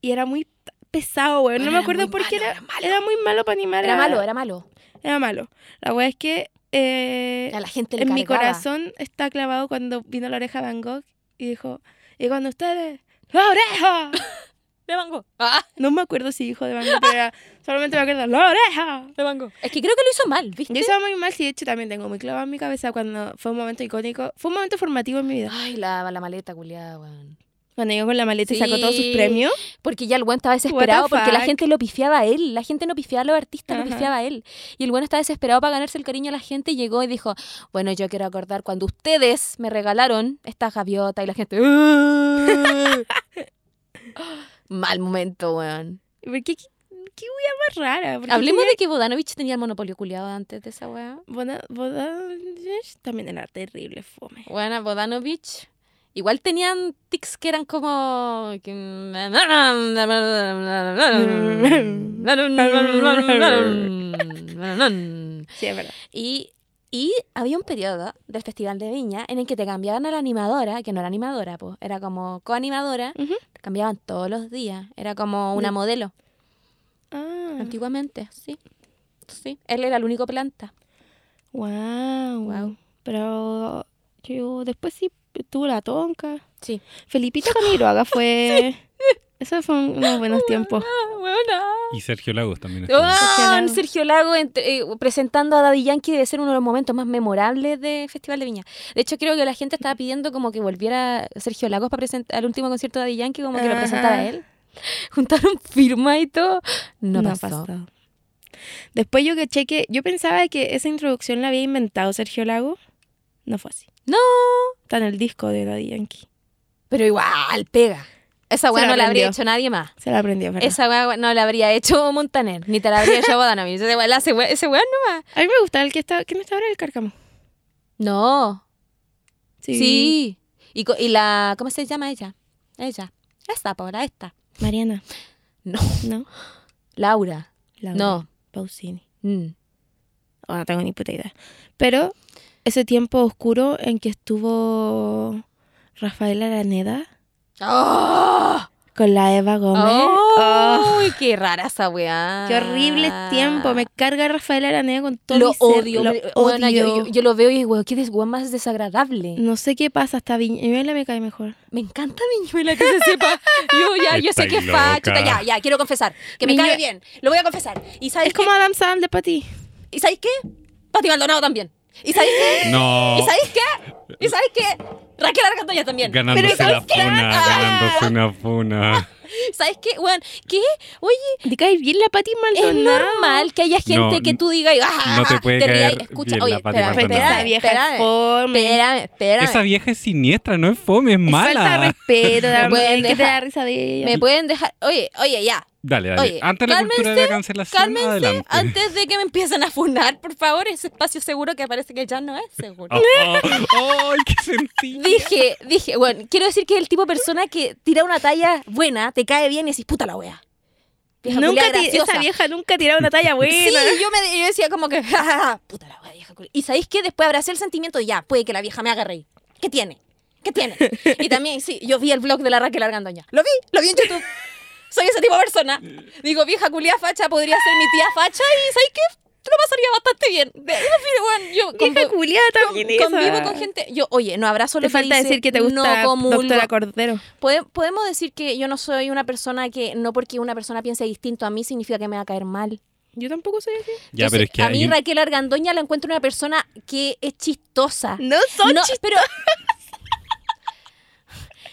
Speaker 2: y era muy t- pesado, huevón. No
Speaker 1: Bueno,
Speaker 2: me
Speaker 1: era
Speaker 2: acuerdo
Speaker 1: muy
Speaker 2: por qué
Speaker 1: malo,
Speaker 2: era,
Speaker 1: era malo.
Speaker 2: era muy malo para animar.
Speaker 1: Era
Speaker 2: a-
Speaker 1: malo, era malo.
Speaker 2: era malo. La wea es que eh,
Speaker 1: A la gente le
Speaker 2: en mi
Speaker 1: cargaba.
Speaker 2: corazón está clavado cuando vino la oreja Van Gogh y dijo, y cuando ustedes, ¡la
Speaker 1: (laughs)
Speaker 2: oreja!
Speaker 1: De Van Gogh. Ah,
Speaker 2: No me acuerdo si dijo de Van Gogh, pero era- solamente me acuerdo, ¡la oreja!
Speaker 1: de Van Gogh. Es que creo que lo hizo mal,
Speaker 2: Yo
Speaker 1: ¿viste?
Speaker 2: estaba muy mal, sí, de hecho también tengo muy clavado en mi cabeza cuando fue un momento icónico, fue un momento formativo en mi vida.
Speaker 1: Ay, la, la maleta culiada, weón.
Speaker 2: Cuando llegó con la maleta y sacó todos sus
Speaker 1: Sí. (laughs)
Speaker 2: premios.
Speaker 1: Porque ya el weón estaba desesperado
Speaker 2: What the
Speaker 1: porque la
Speaker 2: fuck.
Speaker 1: gente lo pifiaba a él. La gente no pifiaba a los artistas, lo
Speaker 2: Ajá.
Speaker 1: pifiaba a él. Y el weón estaba desesperado para ganarse el cariño de la gente y llegó y dijo, bueno, yo quiero acordar cuando ustedes me regalaron esta gaviota y la gente... "Ah". mal momento, weón.
Speaker 2: ¿Por qué? ¿Qué, qué wea más rara? ¿Por qué
Speaker 1: Hablemos de que Bodanovich tenía el monopolio culiado antes de esa weá.
Speaker 2: Boda- Bodanovich también era terrible fome.
Speaker 1: Bueno, Bodanovich. Igual tenían tics que eran como. que-
Speaker 2: Sí, es verdad.
Speaker 1: (laughs) Y, y había un periodo del Festival de Viña en el que te cambiaban a la animadora, que no era animadora, pues, era como coanimadora,
Speaker 2: Ujú.
Speaker 1: te cambiaban todos los días, era como una
Speaker 2: Mm.
Speaker 1: modelo,
Speaker 2: Ah,
Speaker 1: antiguamente, sí. Sí, él era el único planta.
Speaker 2: wow,
Speaker 1: Guau.
Speaker 2: Pero yo después sí tuvo la tonca.
Speaker 1: Sí.
Speaker 2: Felipita con
Speaker 1: (laughs)
Speaker 2: Iroaga fue... Eso fue un- unos buenos tiempos.
Speaker 3: Y Sergio Lagos también. estuvo.
Speaker 1: ¡Ah!
Speaker 2: Lago.
Speaker 1: Sergio Lago entre- eh, presentando a Daddy Yankee debe ser uno de los momentos más memorables de Festival de Viña. De hecho, creo que la gente estaba pidiendo como que volviera Sergio Lagos para presentar al último concierto de Daddy Yankee, como que lo
Speaker 2: Ajá.
Speaker 1: presentara él. (laughs) Juntaron firma y todo. No, pasó.
Speaker 2: pasó. Después yo que cheque, yo pensaba que esa introducción la había inventado Sergio Lago. No fue así.
Speaker 1: No,
Speaker 2: Está en el disco de Daddy Yankee.
Speaker 1: pero igual, pega. Esa
Speaker 2: Se
Speaker 1: weá
Speaker 2: la
Speaker 1: no la habría
Speaker 2: aprendió.
Speaker 1: hecho nadie más.
Speaker 2: Se la aprendió, ¿verdad?
Speaker 1: Esa weá no la habría hecho Montaner, ni te la habría hecho Bodanovich. Ese weá- la- Ese weá ese weá
Speaker 2: A mí me gustaba el que está, ¿quién está ahora el cárcamo?
Speaker 1: no. No. Sí. Y, co- y la. ¿Cómo se llama ella? Ella. Esta, ahora esta.
Speaker 2: Mariana.
Speaker 1: No.
Speaker 2: No.
Speaker 1: Laura.
Speaker 2: Laura
Speaker 1: No.
Speaker 2: Pausini.
Speaker 1: Mm.
Speaker 2: Oh, no tengo ni puta idea. Pero ese tiempo oscuro en que estuvo Rafael Araneda
Speaker 1: ¡Oh!
Speaker 2: con la Eva Gómez. Oh,
Speaker 1: ¡Uy, qué rara esa weá!
Speaker 2: ¡Qué horrible tiempo! Me carga Rafael Araneda con todo
Speaker 1: lo
Speaker 2: mi ser,
Speaker 1: odio.
Speaker 2: Lo
Speaker 1: me- weona, yo-
Speaker 2: odio. Mm.
Speaker 1: yo, yo lo veo y digo, "Weón, qué des- weón más desagradable.
Speaker 2: No sé qué pasa, hasta Viñuela me cae mejor.
Speaker 1: Me encanta Viñuela, que se
Speaker 2: (laughs)
Speaker 1: sepa. Yo ya, yo sé
Speaker 3: Estáis
Speaker 1: que es fachita.
Speaker 3: loca.
Speaker 1: Ya, ya, quiero confesar. Que me
Speaker 2: Viñue-
Speaker 1: cae bien. Lo voy a confesar. ¿Y sabes
Speaker 2: Es como Adam Sandler para ti.
Speaker 1: ¿Y sabes qué? Pati Maldonado también. ¿Y sabéis qué?
Speaker 3: No.
Speaker 1: ¿Y sabéis qué? ¿Y sabéis qué? Raquel Argandoña también. Pero ¿y
Speaker 3: Ganándose la
Speaker 1: sabéis qué?
Speaker 3: funa,
Speaker 1: Ah,
Speaker 3: ganándose una funa.
Speaker 1: ¿Sabéis qué? Weón, ¿qué? Oye,
Speaker 2: Te cae bien la Pati
Speaker 1: es
Speaker 2: Maldonado.
Speaker 1: normal que haya gente
Speaker 3: No,
Speaker 1: que tú digas, ¡Ah!
Speaker 3: no te puede
Speaker 1: rías,
Speaker 3: caer
Speaker 1: escucha,
Speaker 3: bien
Speaker 1: oye,
Speaker 3: la Pati
Speaker 1: espérame,
Speaker 3: Maldonado.
Speaker 1: espérame,
Speaker 2: Esa vieja
Speaker 1: espérame,
Speaker 2: forma.
Speaker 1: espérame, espérame.
Speaker 3: Esa vieja es siniestra, no es fome, es
Speaker 2: Es Falta de
Speaker 3: mala.
Speaker 2: respeto también.
Speaker 1: Bueno,
Speaker 2: que te
Speaker 1: deja-
Speaker 2: da risa de ella.
Speaker 1: Me pueden dejar, oye, oye, ya,
Speaker 3: Dale, dale.
Speaker 1: Oye,
Speaker 3: Antes la cultura de la cancelación,
Speaker 1: cálmense
Speaker 3: adelante.
Speaker 1: antes de que me empiecen a funar, por favor, ese espacio seguro que parece que ya no es seguro.
Speaker 3: (laughs) Oh, oh, oh, ¡Ay, qué sentido!
Speaker 1: Dije, dije, bueno, quiero decir que es el tipo de persona que tira una talla buena, te cae bien y decís, puta la wea. Vieja
Speaker 2: nunca
Speaker 1: culia
Speaker 2: ti-
Speaker 1: graciosa.
Speaker 2: esa vieja nunca tiraba una talla buena.
Speaker 1: Sí, yo, me, yo decía como que, (laughs) "Ja, ja, ja, puta la wea, vieja culia". Y sabéis que después abracé el sentimiento de ya, puede que la vieja me haga reír. ¿Qué tiene? ¿Qué tiene? Y también, sí, yo vi el blog de la Raquel Argandoña. Lo vi, lo vi en YouTube. Soy ese tipo de persona. Digo, vieja culia facha, podría ser mi tía facha y ¿sabéis qué? Te lo pasaría bastante bien. (laughs) De- En fin, bueno, yo
Speaker 2: Vieja
Speaker 1: convivo-
Speaker 2: culiada también. esa.
Speaker 1: convivo con gente. Yo, oye, no abrazo lo
Speaker 2: Te
Speaker 1: que
Speaker 2: falta
Speaker 1: dice,
Speaker 2: decir que te gusta
Speaker 1: no comulgo.
Speaker 2: Doctora Cordero.
Speaker 1: Pode- podemos decir que yo no soy una persona que, no porque una persona piense distinto a mí, significa que me va a caer mal.
Speaker 2: Yo tampoco soy así.
Speaker 3: Ya,
Speaker 1: Yo
Speaker 3: pero
Speaker 1: sé-
Speaker 3: es que
Speaker 1: a mí
Speaker 3: hay un-
Speaker 1: Raquel Argandoña la encuentro una persona que es chistosa.
Speaker 2: No son
Speaker 1: No, pero (laughs)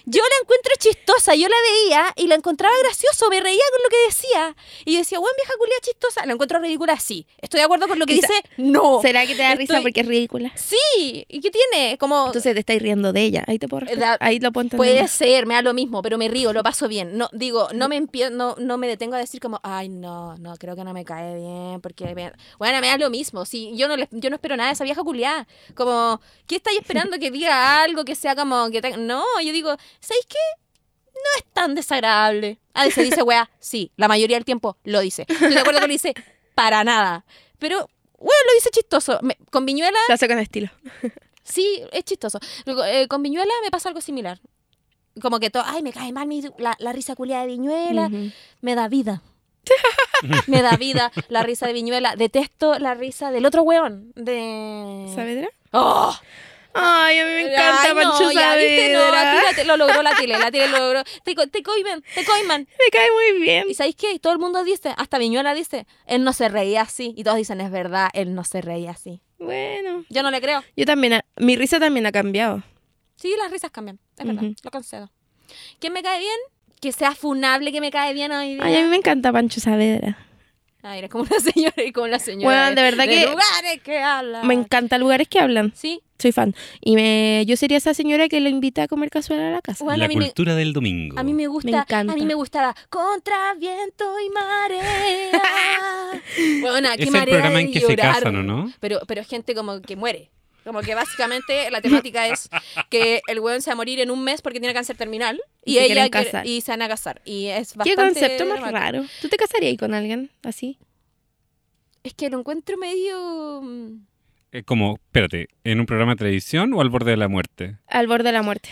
Speaker 1: yo la encuentro chistosa, yo la veía y la encontraba gracioso, me reía con lo que decía. Y yo decía, buen vieja culia chistosa, la encuentro ridícula, sí. Estoy de acuerdo con lo que
Speaker 2: Quizá-
Speaker 1: dice, no.
Speaker 2: ¿Será que te da risa
Speaker 1: Estoy-
Speaker 2: porque es ridícula?
Speaker 1: Sí, ¿y qué tiene? Como
Speaker 2: Entonces te estáis riendo de ella. Ahí te puedo respetar.
Speaker 1: Da-
Speaker 2: Ahí lo puedo entender.
Speaker 1: Puede ser, me da lo mismo, pero me río, lo paso bien. No, digo, no me empie- no, no me detengo a decir como, ay, no, no, creo que no me cae bien, porque me- bueno, me da lo mismo. Si yo no le- yo no espero nada de esa vieja culiada. Como, ¿qué estáis esperando que diga algo que sea como que tenga- no, yo digo, ¿sabéis qué? No es tan desagradable. A veces dice, weá, sí, la mayoría del tiempo lo dice. Estoy de acuerdo que lo dice para nada. Pero, weá, lo dice chistoso. Me- con Viñuela
Speaker 2: Lo hace con estilo.
Speaker 1: Sí, es chistoso. Luego, eh, con Viñuela me pasa algo similar. Como que todo, ay, me cae mal mi- la, la risa culiada de Viñuela.
Speaker 2: Ujú.
Speaker 1: Me da
Speaker 2: (laughs)
Speaker 1: vida. me da vida la risa de Viñuela. Detesto la risa del otro weón. De...
Speaker 2: ¿Saavedra?
Speaker 1: ¡Oh!
Speaker 2: Ay, a mí me encanta
Speaker 1: Ay, no,
Speaker 2: Pancho
Speaker 1: ya, ¿viste? No,
Speaker 2: Saavedra.
Speaker 1: aquí la te- lo logró la tele, la tele lo logró. Te, co- te coiman, te coiman.
Speaker 2: Me cae muy bien.
Speaker 1: ¿Y sabéis qué? Todo el mundo dice, hasta Viñuela dice, él no se reía así. Y todos dicen, es verdad, él no se reía así.
Speaker 2: Bueno.
Speaker 1: Yo no le creo.
Speaker 2: Yo también, ha- mi risa también ha cambiado.
Speaker 1: Sí, las risas cambian. Es verdad,
Speaker 2: Ujú.
Speaker 1: lo concedo. ¿Quién me cae bien? Que sea funable, que me cae bien hoy día.
Speaker 2: Ay, a mí me encanta Pancho Saavedra.
Speaker 1: Ay, eres como una (laughs) señora y como la señora.
Speaker 2: Bueno, de verdad que-
Speaker 1: lugares que habla.
Speaker 2: Me encanta lugares que hablan.
Speaker 1: Sí,
Speaker 2: Soy fan. Y me, yo sería esa señora que lo invita a comer cazuela a la casa.
Speaker 1: bueno,
Speaker 3: la
Speaker 1: a mí me.
Speaker 3: cultura del domingo.
Speaker 1: A mí me gusta,
Speaker 2: Me encanta.
Speaker 1: a mí me gustaba Contra viento y
Speaker 2: (laughs)
Speaker 1: marea. bueno, qué
Speaker 3: es el
Speaker 1: marea
Speaker 3: programa
Speaker 1: de
Speaker 3: en que se
Speaker 1: llorar.
Speaker 3: casan, ¿o no?
Speaker 1: Pero, pero es gente como que muere. Como que básicamente la temática es que el weón se va a morir en un mes porque tiene cáncer terminal y,
Speaker 2: Y se
Speaker 1: ella
Speaker 2: quieren
Speaker 1: quiere-
Speaker 2: casar.
Speaker 1: y se van a casar. Y es
Speaker 2: Qué
Speaker 1: bastante
Speaker 2: concepto más
Speaker 1: dramático.
Speaker 2: raro. ¿Tú te casarías con alguien así?
Speaker 1: Es que lo encuentro medio. mm,
Speaker 3: Eh, como, espérate, ¿en un programa de televisión o al borde de la muerte?
Speaker 2: Al borde de la muerte.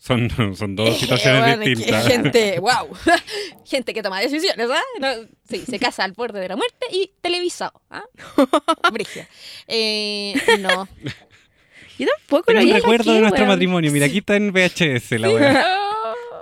Speaker 3: Son, (laughs)
Speaker 1: (laughs)
Speaker 3: son dos situaciones
Speaker 1: bueno, que
Speaker 3: distintas.
Speaker 1: Gente, wow. (laughs) Gente que toma decisiones, ¿ah? No, sí, se casa al borde de la muerte y televisado, ¿ah? (laughs) Brigia. Eh,
Speaker 3: (laughs)
Speaker 1: no.
Speaker 2: Yo tampoco
Speaker 3: (laughs)
Speaker 2: lo
Speaker 3: Tengo un
Speaker 2: haría. ¿Para
Speaker 3: recuerdo
Speaker 2: qué,
Speaker 3: de nuestro
Speaker 2: weón?
Speaker 3: matrimonio. Mira, aquí está en VHS la weá.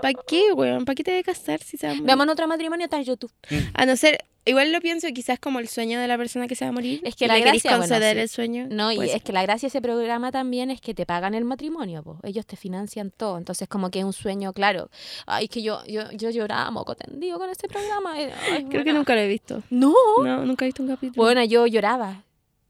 Speaker 2: ¿Para qué, weón? ¿Para qué te voy a casar si se va a
Speaker 1: (laughs)
Speaker 2: morir?
Speaker 1: Veamos en otro matrimonio, está en YouTube.
Speaker 2: A no ser, igual lo pienso quizás como el sueño de la persona que se va a morir.
Speaker 1: Es que
Speaker 2: y
Speaker 1: la
Speaker 2: le querís
Speaker 1: gracia, bueno,
Speaker 2: conceder
Speaker 1: sí.
Speaker 2: el sueño.
Speaker 1: No, y
Speaker 2: pues,
Speaker 1: es que la gracia de ese programa también es que te pagan el matrimonio, po. ellos te financian todo, entonces como que es un sueño claro. Ay, es que yo, yo, yo lloraba a moco tendido con ese programa. eh, ay,
Speaker 2: Creo que
Speaker 1: bueno.
Speaker 2: nunca lo he visto.
Speaker 1: No.
Speaker 2: No, nunca he visto un capítulo.
Speaker 1: Bueno, yo lloraba.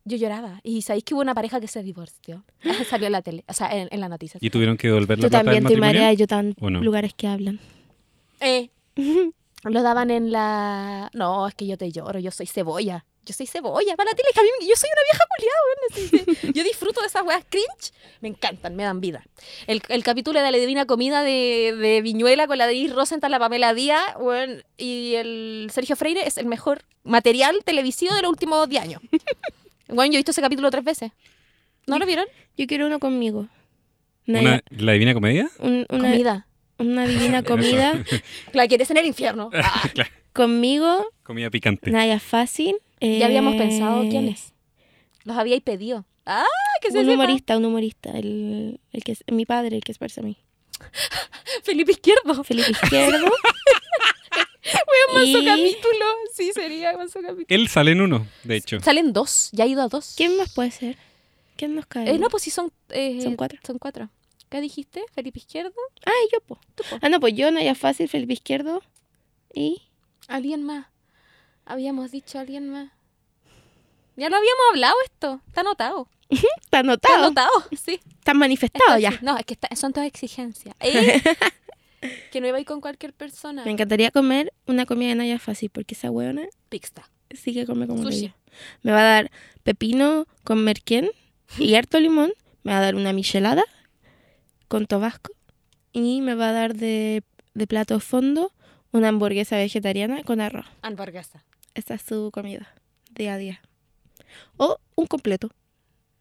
Speaker 1: Yo lloraba. Y sabéis que hubo una pareja que se divorció. Ah, Salió en la tele, o sea, en, en las noticias.
Speaker 3: ¿Y tuvieron que devolver la
Speaker 2: Tú
Speaker 3: plata del
Speaker 2: también te mareas
Speaker 3: matrimonio?
Speaker 2: y yo tan
Speaker 3: ¿O no?
Speaker 2: lugares que hablan. (laughs)
Speaker 1: Eh, lo daban en la. No, es que yo te lloro, yo soy cebolla. Yo soy cebolla. Para la tele, que a mí me- yo soy una vieja culiada, weón. así que Yo disfruto de esas weas cringe. Me encantan, me dan vida. El, el capítulo de la divina comida de, de Viñuela con la de Iris Rosenthal, la Pamela Díaz weón, y el Sergio Freire es el mejor material televisivo de los últimos 10 años. Bueno, yo he visto ese capítulo tres veces. ¿No lo vieron?
Speaker 2: Yo quiero uno conmigo. Una,
Speaker 3: Una- ¿La Divina Comedia?
Speaker 2: un- una-
Speaker 1: Comida.
Speaker 2: una
Speaker 3: (laughs)
Speaker 2: divina comida.
Speaker 1: La quieres en el infierno.
Speaker 2: Eh,
Speaker 1: Ah,
Speaker 2: conmigo,
Speaker 3: Comida picante.
Speaker 2: Naya Fácil. eh,
Speaker 1: ya habíamos pensado quiénes. Los habíais pedido. ¡Ah! Que se
Speaker 2: Un
Speaker 1: sepa.
Speaker 2: humorista, un humorista. El, el que es, mi padre, el que es persa a mí.
Speaker 1: Felipe Izquierdo. (laughs)
Speaker 2: Felipe Izquierdo.
Speaker 1: Fue más su
Speaker 2: Y-
Speaker 1: capítulo. sí, sería Manso Capitán.
Speaker 3: Él sale en uno, de hecho.
Speaker 1: Salen dos, ya ha ido a dos.
Speaker 2: ¿Quién más puede ser? ¿Quién nos cae?
Speaker 1: Eh, no, pues sí son... eh,
Speaker 2: Son cuatro.
Speaker 1: Son cuatro. ¿Qué dijiste? Felipe Izquierdo,
Speaker 2: Ah, yo, po.
Speaker 1: tú, po.
Speaker 2: Ah, no, pues yo, Naya Fácil, Felipe Izquierdo y...
Speaker 1: Alguien más. Habíamos dicho alguien más. Ya lo habíamos hablado esto. Está anotado.
Speaker 2: Está
Speaker 1: Está
Speaker 2: anotado.
Speaker 1: anotado, sí.
Speaker 2: Está manifestado
Speaker 1: Está
Speaker 2: ya.
Speaker 1: así. No, es que está- son todas
Speaker 2: (laughs)
Speaker 1: exigencias. Eh, que no iba a ir con cualquier persona.
Speaker 2: Me encantaría comer una comida de Naya Fácil porque esa hueona
Speaker 1: Pixta.
Speaker 2: sí que come como
Speaker 1: Sushi.
Speaker 2: yo. Me va a dar pepino con merquén y harto limón. Me va a dar una michelada con tobasco. Y me va a dar de, de plato fondo una hamburguesa vegetariana con arroz.
Speaker 1: Hamburguesa.
Speaker 2: Esa es su comida día a día. O un completo.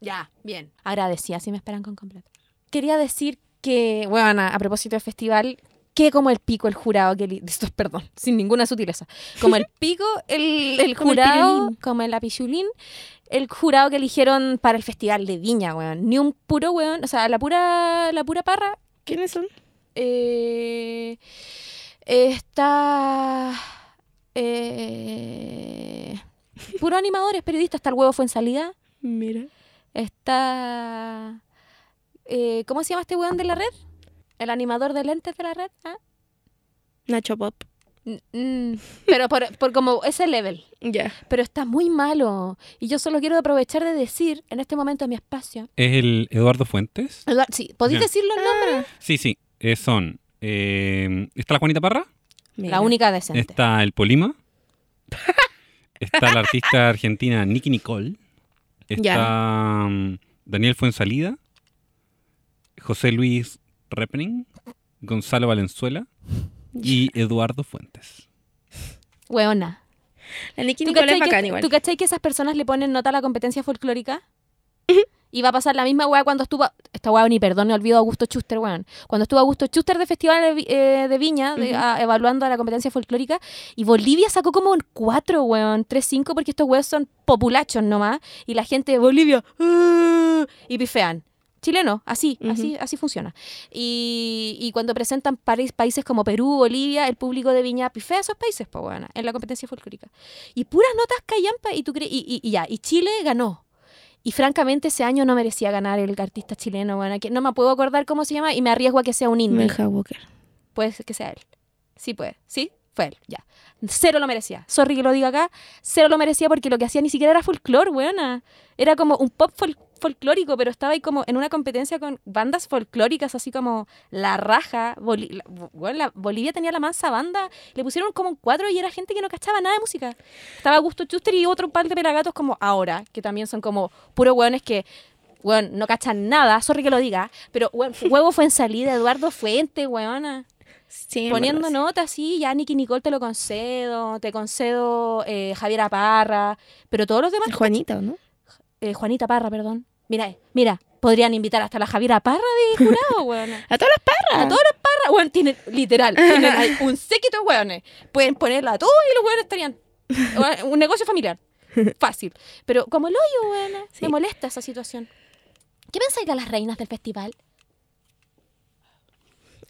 Speaker 1: Ya, bien. Agradecida si me esperan con completo. Quería decir que, bueno, a propósito del festival, que como el pico el jurado, que li- esto es perdón, (laughs) sin ninguna sutileza. Como el pico (laughs) el, el
Speaker 2: Como el
Speaker 1: jurado,
Speaker 2: pirulín.
Speaker 1: como el apichulín, el jurado que eligieron para el festival de Viña, weón. Ni un puro weón, o sea, la pura, la pura parra
Speaker 2: ¿Quiénes son?
Speaker 1: Eh, está. Eh, puro animadores, periodistas. Está el huevo fue en salida.
Speaker 2: Mira.
Speaker 1: Está. eh, ¿Cómo se llama este weón de la red? El animador de lentes de la red. ¿ah?
Speaker 2: Nacho Pop.
Speaker 1: N- mm, pero por, por como ese level.
Speaker 2: Ya.
Speaker 1: Pero está muy malo. Y yo solo quiero aprovechar de decir en este momento mi espacio.
Speaker 3: ¿Es el Eduardo Fuentes?
Speaker 1: Eduard- sí, ¿podéis
Speaker 3: Ya.
Speaker 1: decir los nombres?
Speaker 3: Sí, sí. eh, son. eh, está la Juanita Parra.
Speaker 1: La única decente.
Speaker 3: Está
Speaker 2: (laughs)
Speaker 3: el Polima. está la artista argentina Nicky Nicole. Está mm, Daniel Fuensalida. José Luis Repening. Gonzalo Valenzuela. Y Eduardo Fuentes.
Speaker 1: Weona.
Speaker 2: La Nicki
Speaker 1: ¿Tú
Speaker 2: Nicole
Speaker 1: cachai,
Speaker 2: es bacán
Speaker 1: que,
Speaker 2: igual.
Speaker 1: tú cachai que esas personas le ponen nota a la competencia folclórica? Y va a pasar la misma weá cuando estuvo. Esta weá, ni perdón, ni olvido a Augusto Schuster, weón. Cuando estuvo Augusto Schuster de Festival de, Vi- eh, de Viña, de-
Speaker 2: Ujú.
Speaker 1: a- evaluando a la competencia folclórica, y Bolivia sacó como un 4, weón, 3-5, porque estos weones son populachos nomás, y la gente de Bolivia, "Ah", y pifean. Chileno, así,
Speaker 2: Ujú.
Speaker 1: así, así funciona. Y, y cuando presentan pari- países como Perú, Bolivia, el público de Viña pifea a esos países, pues bueno, en la competencia folclórica. Y puras notas callampa y tú cre- y, y- y ya, y Chile ganó. Y francamente ese año no merecía ganar el artista chileno, bueno, que no me puedo acordar cómo se llama y me arriesgo a que sea un indie.
Speaker 2: Benja Walker.
Speaker 1: Puede ser que sea él. Sí puede, sí, fue él, ya. Cero lo merecía. Sorry que lo diga acá, cero lo merecía porque lo que hacía ni siquiera era folclore, weona. Era como un pop fol- folclórico, pero estaba ahí como en una competencia con bandas folclóricas, así como La Raja. Boli- la- weón, la- Bolivia tenía la mansa banda. Le pusieron como un cuadro y era gente que no cachaba nada de música. Estaba Augusto Schuster y otro par de pelagatos como ahora, que también son como puros weones que Weón, no cachan nada, sorry que lo diga, pero weón, huevo fue en salida, Eduardo Fuente, weona
Speaker 2: Sí, en
Speaker 1: poniendo
Speaker 2: verdad,
Speaker 1: notas, sí, ya Nicky Nicole te lo concedo, te concedo eh, Javiera Parra, pero todos los demás,
Speaker 2: sí. Juanita, ¿o no?
Speaker 1: eh, Juanita Parra, perdón. Mira, eh, mira, podrían invitar hasta la Javiera Parra de jurado, (laughs) weón.
Speaker 2: A todas las
Speaker 1: A
Speaker 2: parras.
Speaker 1: todas las parras, weón, tienen, literal, tienen ahí
Speaker 2: (laughs)
Speaker 1: un séquito de weones. Pueden ponerla a todos y los weones estarían. Weón, Un negocio familiar. Fácil. Pero como el hoyo, weón, eh,
Speaker 2: Sí.
Speaker 1: me molesta esa situación. ¿Qué pensáis de las reinas del festival?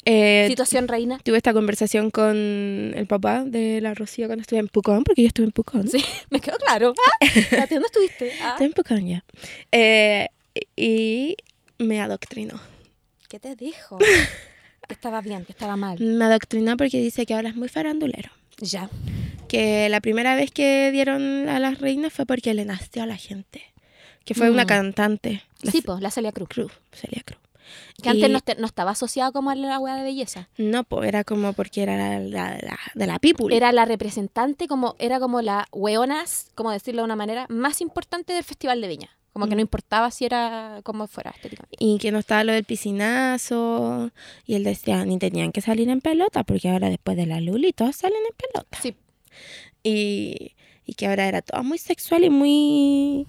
Speaker 2: Eh,
Speaker 1: Situación
Speaker 2: (laughs)
Speaker 1: reina.
Speaker 2: tuve esta conversación con el papá de la Rocío cuando estuve en Pucón, porque yo estuve en Pucón.
Speaker 1: Sí, me quedó claro. Ah, ¿a ti ¿Dónde estuviste? Ah,
Speaker 2: Estuve en Pucón ya. Eh, y me adoctrinó.
Speaker 1: ¿Qué te (laughs) dijo? que estaba bien, que estaba mal.
Speaker 2: Me adoctrinó porque dice que ahora es muy farandulero.
Speaker 1: Ya.
Speaker 2: Que la primera vez que dieron a las reinas fue porque le nació a la gente. Que fue una
Speaker 1: Mm.
Speaker 2: cantante. La
Speaker 1: Sí, pues, la Celia Cruz.
Speaker 2: Cruz, Celia Cruz.
Speaker 1: Que
Speaker 2: Y-
Speaker 1: antes no, este- no estaba asociada como a la weá de belleza.
Speaker 2: No, pues era como porque era la, la- la- de la people.
Speaker 1: Era la representante, como era como la weonas, como decirlo de una manera, más importante del Festival de Viña. Como que
Speaker 2: Mm.
Speaker 1: no importaba si era como fuera estéticamente.
Speaker 2: Y que no estaba lo del piscinazo. Y él decía, ni tenían que salir en pelota, porque ahora después de la Luli todos salen en pelota.
Speaker 1: Sí.
Speaker 2: Y, y que ahora era todo muy sexual y muy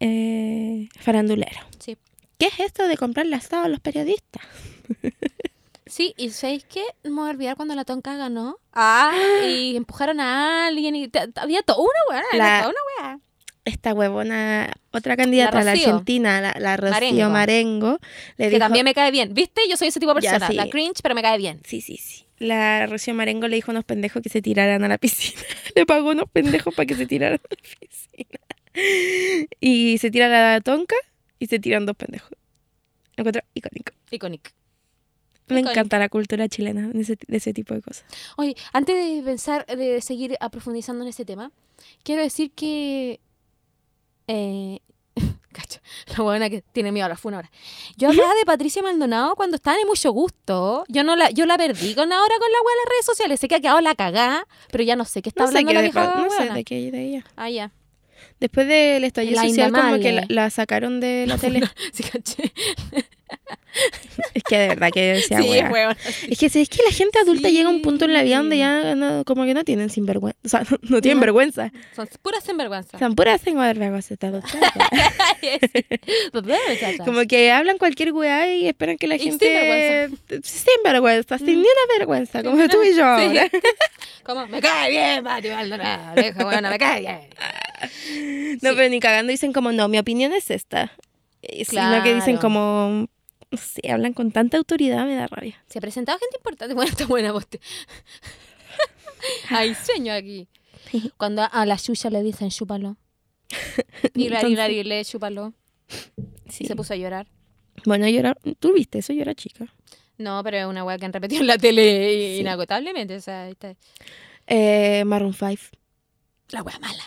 Speaker 2: eh, farandulero.
Speaker 1: Sí.
Speaker 2: ¿Qué es esto de comprarle asado a los periodistas?
Speaker 1: Sí, y ¿sabéis qué? No me voy a olvidar cuando la Tonka ganó. Ah. Y empujaron a alguien y te- había toda una weá,
Speaker 2: La-
Speaker 1: era toda una weá.
Speaker 2: Esta huevona, otra candidata, la,
Speaker 1: Rocío.
Speaker 2: argentina, la, la Rocío
Speaker 1: Marengo.
Speaker 2: Marengo, le
Speaker 1: Que
Speaker 2: dijo...
Speaker 1: también me cae bien. ¿Viste? Yo soy ese tipo de
Speaker 2: Ya,
Speaker 1: persona.
Speaker 2: sí.
Speaker 1: La cringe, pero me cae bien.
Speaker 2: Sí, sí, sí. la Rocío Marengo le dijo a unos pendejos que se tiraran a la piscina. (laughs) le pagó a unos pendejos para que se tiraran a la piscina. y se tira la tonca y se tiran dos pendejos. Lo encuentro icónico.
Speaker 1: Icónico.
Speaker 2: Me
Speaker 1: Icónico.
Speaker 2: encanta la cultura chilena de ese, de ese tipo de cosas.
Speaker 1: Oye, antes de pensar, de seguir a- profundizando en ese tema, quiero decir que. Eh, (laughs) cacho, la buena que tiene miedo a la funa ahora.
Speaker 2: (laughs)
Speaker 1: Yo hablaba de Patricia Maldonado cuando estaba en mucho gusto. Yo no la, yo la perdí con ahora con la wea de las redes sociales. Sé que ha quedado la cagá, pero ya no sé qué está
Speaker 2: No sé,
Speaker 1: hablando
Speaker 2: qué
Speaker 1: la
Speaker 2: de,
Speaker 1: vieja
Speaker 2: pa- no sé
Speaker 1: weona.
Speaker 2: de qué de ella.
Speaker 1: Ah,
Speaker 2: (laughs)
Speaker 1: ya.
Speaker 2: Después del estallido
Speaker 1: La
Speaker 2: social, como que la,
Speaker 1: Indamale.
Speaker 2: la sacaron de
Speaker 1: (laughs)
Speaker 2: la tele.
Speaker 1: Sí, caché.
Speaker 2: es que de verdad que decía,
Speaker 1: sí,
Speaker 2: wea.
Speaker 1: weón.
Speaker 2: Es que es que la gente adulta llega a un punto en la vida donde
Speaker 1: Sí.
Speaker 2: ya no- como que no tienen sinvergüenza. O sea, (laughs) no, no tienen
Speaker 1: No.
Speaker 2: vergüenza.
Speaker 1: Son puras sinvergüenzas. (laughs)
Speaker 2: Son puras sinvergüenzas esta adulta. (laughs) Como que hablan cualquier weá y esperan que la
Speaker 1: Y
Speaker 2: gente.
Speaker 1: sinvergüenza.
Speaker 2: Sin vergüenza, sin
Speaker 1: Mm.
Speaker 2: ni una vergüenza, como tú y yo.
Speaker 1: Sí.
Speaker 2: ahora.
Speaker 1: (laughs) Como, me cae bien, Pati Maldonado. Vieja weona, me cae bien.
Speaker 2: No,
Speaker 1: Sí.
Speaker 2: pero ni cagando dicen como, no, mi opinión es esta. Eh, Sino que dicen
Speaker 1: Claro.
Speaker 2: como. No sé, hablan con tanta autoridad, me da rabia.
Speaker 1: Se ha presentado gente importante. (laughs) Bueno, está buena voz.
Speaker 2: (laughs)
Speaker 1: Hay sueño aquí. Cuando a la Yuya le dicen
Speaker 2: (laughs)
Speaker 1: chúpalo. Y la
Speaker 2: Entonces-
Speaker 1: Hilary le chúpalo.
Speaker 2: Sí.
Speaker 1: Se puso a llorar.
Speaker 2: Bueno, yo era. Tú viste eso, yo era chica.
Speaker 1: No, pero es una weá que han repetido en la tele i-
Speaker 2: Sí.
Speaker 1: inagotablemente. O sea, ahí está.
Speaker 2: Eh, Maroon 5.
Speaker 1: La weá mala.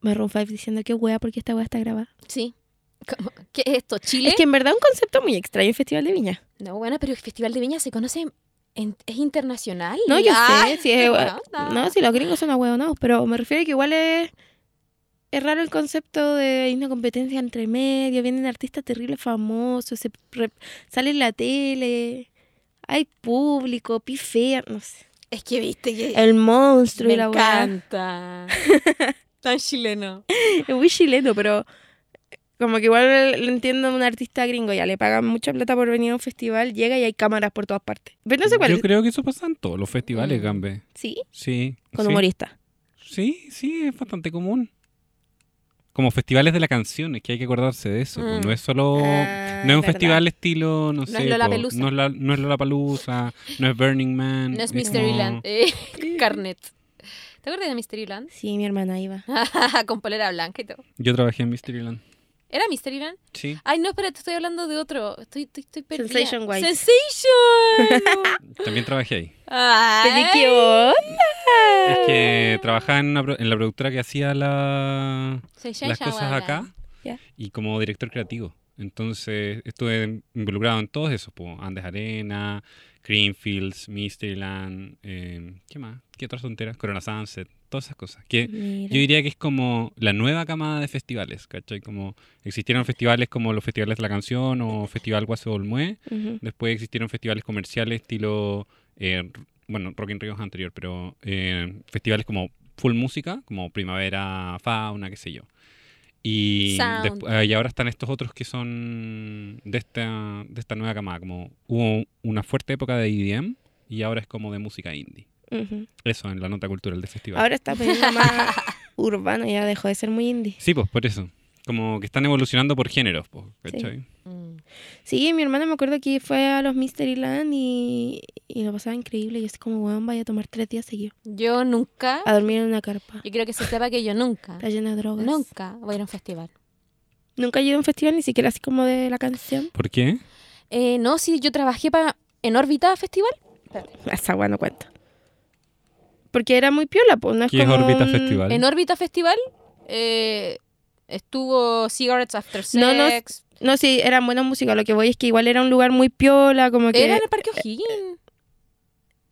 Speaker 2: Maroon 5 diciendo que wea porque esta wea está grabada.
Speaker 1: Sí. Como, ¿Qué es esto? ¿Chile?
Speaker 2: Es que en verdad un concepto muy extraño el Festival de Viña.
Speaker 1: No, bueno, pero el Festival de Viña se conoce. en- es internacional.
Speaker 2: No, yo
Speaker 1: Ah,
Speaker 2: sé, si (laughs)
Speaker 1: qué
Speaker 2: es-
Speaker 1: buena onda.
Speaker 2: No, si los gringos son ahueonados, pero me refiero a que igual es, es raro el concepto de hay una competencia entre medio, vienen artistas terribles famosos, se re- sale en la tele, hay público, pifea, no sé.
Speaker 1: Es que viste que.
Speaker 2: El monstruo
Speaker 1: me
Speaker 2: y la weá. (laughs)
Speaker 1: encanta. Tan chileno.
Speaker 2: Es muy chileno, pero como que igual lo entiendo a un artista gringo, ya le pagan mucha plata por venir a un festival, llega y hay cámaras por todas partes. Pero no sé cuál
Speaker 3: Yo
Speaker 2: es.
Speaker 3: creo que eso pasa en todos los festivales,
Speaker 1: Mm.
Speaker 3: Gambe.
Speaker 2: Sí,
Speaker 3: Sí.
Speaker 2: con
Speaker 3: sí.
Speaker 2: humorista.
Speaker 3: Sí, sí, es bastante común. Como festivales de la canción, es que hay que acordarse de eso. pues,
Speaker 1: Mm.
Speaker 3: No es solo.
Speaker 2: Ah,
Speaker 3: no es un
Speaker 2: verdad.
Speaker 3: festival estilo, no, sé.
Speaker 1: es
Speaker 3: po,
Speaker 1: Lollapalooza.
Speaker 3: No es, la, no es Lollapalooza, no es Burning Man.
Speaker 1: No es
Speaker 3: como-
Speaker 1: Mysteryland.
Speaker 3: (laughs)
Speaker 1: eh, Carnet. ¿Te acuerdas de Mysteryland?
Speaker 2: Sí, mi hermana iba.
Speaker 1: (laughs) Con polera blanca y todo.
Speaker 3: Yo trabajé en Mysteryland.
Speaker 1: ¿Era Mysteryland?
Speaker 3: Sí.
Speaker 1: Ay, no, espérate, estoy hablando de otro. Estoy, estoy, estoy perdida.
Speaker 2: Sensation White. (laughs)
Speaker 1: ¡Sensation!
Speaker 3: También trabajé ahí.
Speaker 1: Ay.
Speaker 2: Pero, ¿qué onda?
Speaker 3: Es que trabajaba en, una pro- en la productora que hacía la-
Speaker 1: Sensation
Speaker 3: las cosas
Speaker 1: White.
Speaker 3: acá
Speaker 2: Ya.
Speaker 3: y como director creativo. Entonces estuve involucrado en todos esos, po, Andes Arena, Greenfields, Mysteryland, eh, ¿qué más? ¿Qué otras tonteras? Corona Sunset, todas esas cosas. Que
Speaker 2: Mira.
Speaker 3: Eh, yo diría que es como la nueva camada de festivales, ¿cachai? Como existieron festivales como los festivales de la canción o Festival Guaso Olmué,
Speaker 2: Ujú.
Speaker 3: Después existieron festivales comerciales estilo, eh, r- bueno, Rock in Rio es anterior, pero eh, festivales como Full Música, como Primavera, Fauna, qué sé yo. Y,
Speaker 1: Sound.
Speaker 3: despu- eh, y ahora están estos otros que son de esta, de esta nueva camada, como hubo una fuerte época de EDM y ahora es como de música indie.
Speaker 2: Ujú.
Speaker 3: Eso en la nota cultural del festival.
Speaker 2: Ahora
Speaker 1: (laughs)
Speaker 2: está poniendo más urbano, ya dejó de ser muy indie.
Speaker 3: Sí, pues por eso. Como que están evolucionando por géneros, pues,
Speaker 2: Sí.
Speaker 3: ¿cachai?
Speaker 1: Mm.
Speaker 2: Sí, mi hermana me acuerdo que fue a los Mysteryland y, y lo pasaba increíble. Yo así como, weón, vaya a tomar tres días seguidos.
Speaker 1: Yo nunca.
Speaker 2: A dormir en una carpa.
Speaker 1: Yo quiero que se sepa que yo nunca.
Speaker 2: Está llena de drogas.
Speaker 1: Nunca voy a ir a un festival.
Speaker 2: Nunca he ido a un festival, ni siquiera así como de la canción. (laughs)
Speaker 3: ¿Por qué?
Speaker 1: Eh, no, sí, yo trabajé para en órbita festival.
Speaker 2: Hasta bueno, cuento. Porque era muy piola, pues no es
Speaker 3: ¿Qué es
Speaker 2: como
Speaker 3: Orbita
Speaker 2: un-
Speaker 3: Festival?
Speaker 1: En órbita festival eh, estuvo Cigarettes After Sex.
Speaker 2: No, no, No, sí, eran buena música. Lo que voy es que igual era un lugar muy piola, como que...
Speaker 1: Era en el Parque O'Higgins.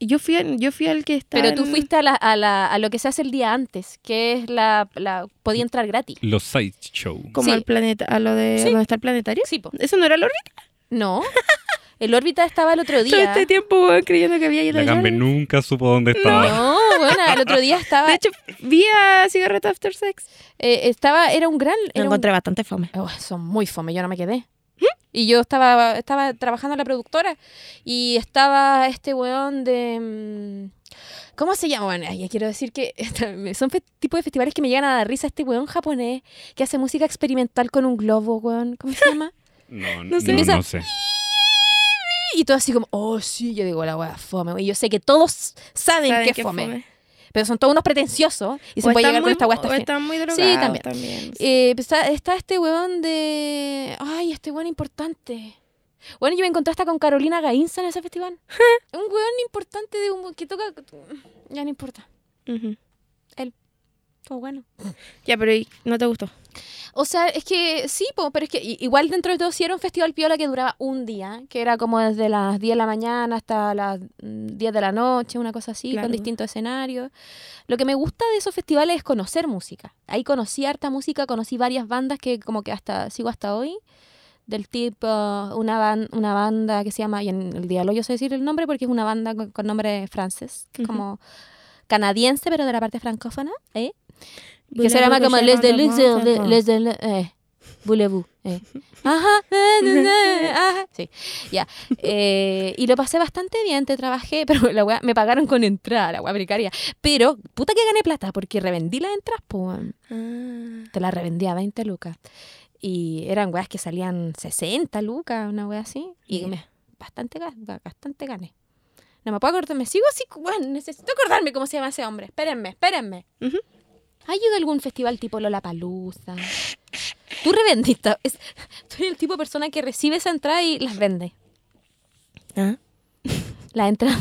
Speaker 2: Yo fui, al- yo fui al que estaba...
Speaker 1: Pero tú
Speaker 2: en-
Speaker 1: fuiste a, la- a la- a lo que se hace el día antes, que es la... la podía entrar gratis.
Speaker 3: Los Sideshow.
Speaker 2: Como
Speaker 1: Sí.
Speaker 2: al planeta, a lo de
Speaker 1: Sí.
Speaker 2: donde está el planetario.
Speaker 1: Sí, po.
Speaker 2: Eso no era lo rico.
Speaker 1: No. El órbita estaba el otro
Speaker 2: (laughs) Todo
Speaker 1: día.
Speaker 2: este tiempo weón, creyendo que había ido
Speaker 3: La
Speaker 2: allá.
Speaker 3: Gambe nunca supo dónde estaba.
Speaker 1: No, bueno, el otro día estaba...
Speaker 2: (laughs) De hecho, vi a Cigarette After Sex.
Speaker 1: eh, estaba era un gran...
Speaker 2: Lo
Speaker 1: era un-
Speaker 2: encontré ¿Mm? bastante fome.
Speaker 1: Oh, son muy fome, yo no me quedé. Y yo estaba, estaba trabajando en la productora y estaba este weón de... mm, ¿Cómo se llama? Bueno, ya quiero decir que (laughs) son fe- tipo de festivales que me llegan a dar risa este weón japonés que hace música experimental con un globo, weón. ¿Cómo se llama?
Speaker 2: No
Speaker 3: No, no
Speaker 2: sé.
Speaker 3: sé. No,
Speaker 1: Empieza-
Speaker 3: sé.
Speaker 1: Y todo así como, oh, sí, yo digo, la wea fome. Y yo sé que todos saben,
Speaker 2: Saben
Speaker 1: que,
Speaker 2: que
Speaker 1: es fome, Pero son todos unos pretenciosos y se
Speaker 2: O
Speaker 1: puede
Speaker 2: están
Speaker 1: llegar con
Speaker 2: muy-
Speaker 1: esta wea hasta
Speaker 2: o
Speaker 1: el fin.
Speaker 2: están muy drogados
Speaker 1: también.
Speaker 2: también.
Speaker 1: Eh, pues, está, está este weón de. Ay, este weón importante. Bueno, yo me encontré hasta con Carolina Gainza en ese (laughs) festival. un weón importante de un que toca. Ya no importa.
Speaker 2: Ujú.
Speaker 1: Todo bueno.
Speaker 2: Ya, pero ¿y no te gustó.
Speaker 1: O sea, es que sí, po, pero es que i- igual dentro de todo sí era un festival piola que duraba un día, que era como desde las 10 de la mañana hasta las mm, 10 de la noche, una cosa así, con
Speaker 2: Claro.
Speaker 1: distintos escenarios. Lo que me gusta de esos festivales es conocer música. Ahí conocí harta música, conocí varias bandas que como que hasta sigo hasta hoy. Del tipo, uh, una, ban- una banda que se llama, y en el diálogo yo sé decir el nombre porque es una banda con, con nombre francés, que es
Speaker 2: Ujú.
Speaker 1: como canadiense, pero de la parte francófona, ¿eh? que se llama como Les Deluxe, de- Les Deluxe, eh, Voulez-vous, eh. Ajá, eh, eh, eh, ajá. Sí, ya. Eh, y lo pasé bastante bien, te trabajé, (laughs) pero la weá, me pagaron con entrada, la weá precaria. Pero, puta que gané plata, porque revendí las entradas, pues,
Speaker 2: Ah,
Speaker 1: te las revendí a 20 lucas. Y eran weas que salían 60 lucas, una wea así. Y
Speaker 2: Ya.
Speaker 1: me- bastante, ga- ga- bastante gané. No me puedo acordar, me sigo así, weón, necesito acordarme cómo se llama ese hombre. Espérenme, espérenme.
Speaker 2: Ujú.
Speaker 1: ¿Ha ido a algún festival tipo Lollapalooza? Tú revendiste. Es, tú eres el tipo de persona que recibe esa entrada y las vende.
Speaker 2: ah,
Speaker 1: Las entradas.